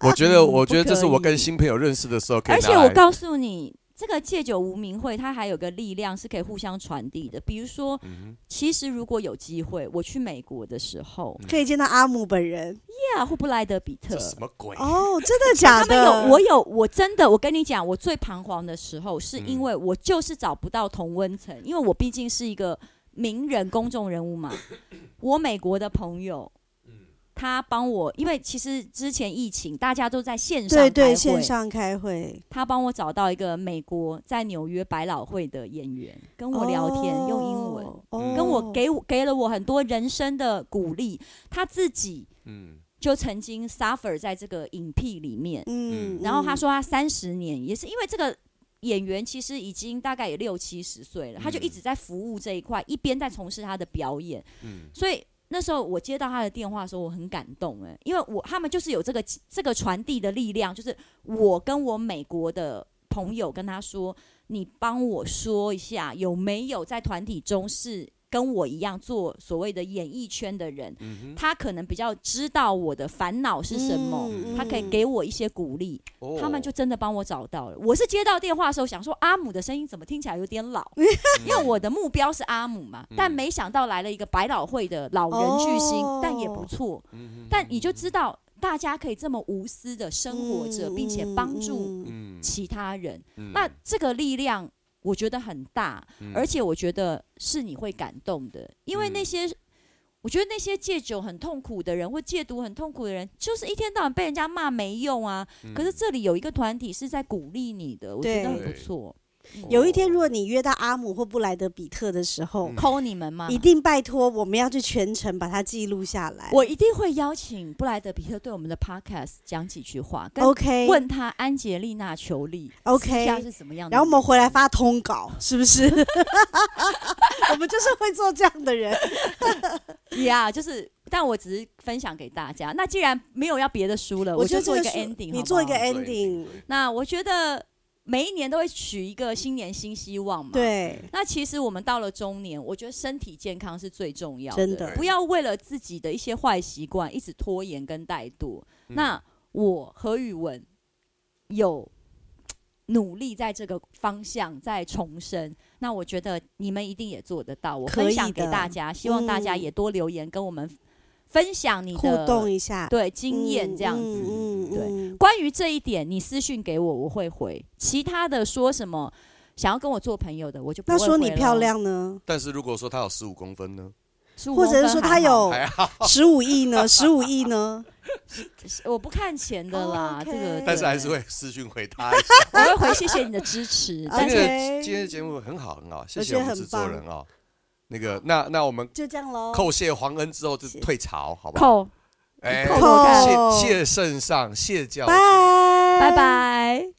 [SPEAKER 5] 我觉得，我觉得这是我
[SPEAKER 3] 嗯不可以
[SPEAKER 5] 跟新朋友认识的时候可以
[SPEAKER 3] 而
[SPEAKER 5] 拿
[SPEAKER 3] 且
[SPEAKER 5] 来。
[SPEAKER 3] 我告诉你，这个戒酒无名会它还有个力量是可以互相传递的。比如说，
[SPEAKER 5] 嗯
[SPEAKER 3] 其实如果有机会，我去美国的时候，
[SPEAKER 4] 可以见到阿姆
[SPEAKER 3] [LAUGHS]
[SPEAKER 4] 本人
[SPEAKER 3] 耶、yeah,，霍布莱德比特
[SPEAKER 5] 嗯这，什么鬼？
[SPEAKER 4] 哦，真的假
[SPEAKER 3] 他们
[SPEAKER 4] 的？
[SPEAKER 3] 有，我有，我真的，我跟你讲，我最彷徨的时候，是
[SPEAKER 4] 嗯
[SPEAKER 3] 因为我就是找不到同温层，因为我毕竟是一个名人、公众人物
[SPEAKER 4] [LAUGHS]
[SPEAKER 3] 嘛。我美国的朋友，
[SPEAKER 4] 嗯
[SPEAKER 3] 他帮我，因为其实之前疫情，大家都在线上
[SPEAKER 4] 对对，
[SPEAKER 3] 开会
[SPEAKER 4] 线上开会，
[SPEAKER 3] 他帮我找到一个美国在纽约百老汇的演员，跟我聊天，
[SPEAKER 4] 哦
[SPEAKER 3] 用英文，，
[SPEAKER 4] 哦
[SPEAKER 3] 跟我给我给了我很多人生的鼓励。他自己
[SPEAKER 5] 嗯，
[SPEAKER 3] 就曾经 suffer 在这个影癖里面，
[SPEAKER 4] 嗯，
[SPEAKER 3] 然后他
[SPEAKER 4] 嗯
[SPEAKER 3] 说他三十年也是因为这个演员其实已经大概
[SPEAKER 4] 嗯嗯
[SPEAKER 3] 也六七十岁了，他就一直在服务这一块，一边在从事他的表演，所以。那时候我接到他的电话的时候，我很感动哎、因为我他们就是有这个这个传递的力量，就是我跟我美国的朋友跟他说，你帮我说一下有没有在团体中是跟我一样做所谓的演艺圈的人，
[SPEAKER 4] 嗯
[SPEAKER 5] 嗯
[SPEAKER 3] 他可能比较知道我的烦恼是什么，
[SPEAKER 4] 嗯
[SPEAKER 3] 他可以给我一些鼓励。
[SPEAKER 5] 哦
[SPEAKER 3] 他们就真的帮我找到了。我是接到电话的时候想说，阿姆的声音怎么听起来有点
[SPEAKER 4] [LAUGHS]
[SPEAKER 3] 老？
[SPEAKER 4] 嗯
[SPEAKER 3] 因为我的目标是阿姆嘛，但没想到来了一个百老汇的老人巨星，
[SPEAKER 4] 哦
[SPEAKER 3] 但也不错。
[SPEAKER 5] 嗯
[SPEAKER 3] 但你就知道，大家可以这么无私的生活着，并且帮助
[SPEAKER 4] 嗯嗯嗯
[SPEAKER 5] 嗯
[SPEAKER 3] 其他人，
[SPEAKER 5] 嗯
[SPEAKER 3] 那这个力量我觉得很大，而且我觉得是你会感动的，因为那
[SPEAKER 5] 嗯
[SPEAKER 3] 些。我觉得那些戒酒很痛苦的人，或戒毒很痛苦的人，就是一天到晚被人家骂没用啊。
[SPEAKER 5] 嗯
[SPEAKER 3] 可是这里有一个团体是在鼓励你的，我觉得很不
[SPEAKER 5] 对
[SPEAKER 3] 错。
[SPEAKER 5] 哦
[SPEAKER 4] 有一天，如果你约到阿姆或布莱德比特的时候，
[SPEAKER 5] 嗯
[SPEAKER 3] 扣你们吗
[SPEAKER 4] 一？定拜托我们要去全程把它记录下来。
[SPEAKER 3] 我一定会邀请布莱德比特对我们的 podcast 讲几句话，跟
[SPEAKER 4] OK
[SPEAKER 3] 问他安杰丽娜·裘丽
[SPEAKER 4] OK
[SPEAKER 3] 私下是什么样的。
[SPEAKER 4] 然后我们回来发通稿，是不是？ [LAUGHS] 我们就是会做这样
[SPEAKER 3] [LAUGHS]
[SPEAKER 4] 的人。
[SPEAKER 3] 呀就是，但我只是分享给大家。那既然没有要别的书了，我
[SPEAKER 4] 觉
[SPEAKER 3] 就做
[SPEAKER 4] 得这
[SPEAKER 3] 一
[SPEAKER 4] 个
[SPEAKER 3] 个
[SPEAKER 4] 是
[SPEAKER 3] ending，好
[SPEAKER 4] 你
[SPEAKER 3] 不
[SPEAKER 4] 做一个
[SPEAKER 3] 好
[SPEAKER 4] ending，
[SPEAKER 3] 那我觉得每一年都会取一个新年新希望嘛。。
[SPEAKER 4] 对，
[SPEAKER 3] 那其实我们到了中年，我觉得身体健康是最重要
[SPEAKER 4] 真的
[SPEAKER 3] 不要为了自己的一些坏习惯一直拖延跟怠惰。
[SPEAKER 4] 嗯
[SPEAKER 3] 那我何宇文有努力在这个方向在重生，那我觉得你们一定也做得到。我
[SPEAKER 4] 可以
[SPEAKER 3] 分享给
[SPEAKER 4] 的
[SPEAKER 3] 大家，希望大家
[SPEAKER 4] 嗯
[SPEAKER 3] 也多留言跟我们分享你
[SPEAKER 4] 互
[SPEAKER 3] 的
[SPEAKER 4] 动一下，
[SPEAKER 3] 对经验这样子。
[SPEAKER 4] 嗯
[SPEAKER 3] 对
[SPEAKER 4] 嗯
[SPEAKER 3] 关于这一点，你私讯给我，我会回。其他的说什么想要跟我做朋友的，我就不
[SPEAKER 4] 那
[SPEAKER 3] 会回
[SPEAKER 4] 说你
[SPEAKER 3] 咯
[SPEAKER 4] 漂，亮呢，
[SPEAKER 5] 但是如果说他有十五公分呢？
[SPEAKER 3] 15
[SPEAKER 4] 或者是说
[SPEAKER 3] 公分
[SPEAKER 4] 他
[SPEAKER 3] 还好，
[SPEAKER 4] 有十五亿呢？十五亿呢？
[SPEAKER 3] 我不看钱的啦，
[SPEAKER 4] 哦，OK
[SPEAKER 3] 这个，
[SPEAKER 5] 但是
[SPEAKER 3] 对
[SPEAKER 5] 还是会私讯回他一
[SPEAKER 3] [LAUGHS]
[SPEAKER 5] 下。
[SPEAKER 3] 我会回谢谢你的支
[SPEAKER 4] [LAUGHS]
[SPEAKER 3] 持，
[SPEAKER 4] 哦
[SPEAKER 3] 但
[SPEAKER 5] 今
[SPEAKER 3] 是
[SPEAKER 4] OK
[SPEAKER 5] 天的今天的节目很好很好，谢
[SPEAKER 4] 我
[SPEAKER 5] 谢
[SPEAKER 4] 觉得
[SPEAKER 5] 我们
[SPEAKER 4] 很
[SPEAKER 5] 制作
[SPEAKER 4] 棒
[SPEAKER 5] 人哦。那个，那那我们
[SPEAKER 4] 就这样喽。
[SPEAKER 5] 叩谢皇恩之后就是退潮，好不好？
[SPEAKER 3] 扣，
[SPEAKER 5] 哎
[SPEAKER 3] 扣我看
[SPEAKER 5] 谢谢圣上，谢教主。
[SPEAKER 4] 拜
[SPEAKER 3] 拜拜。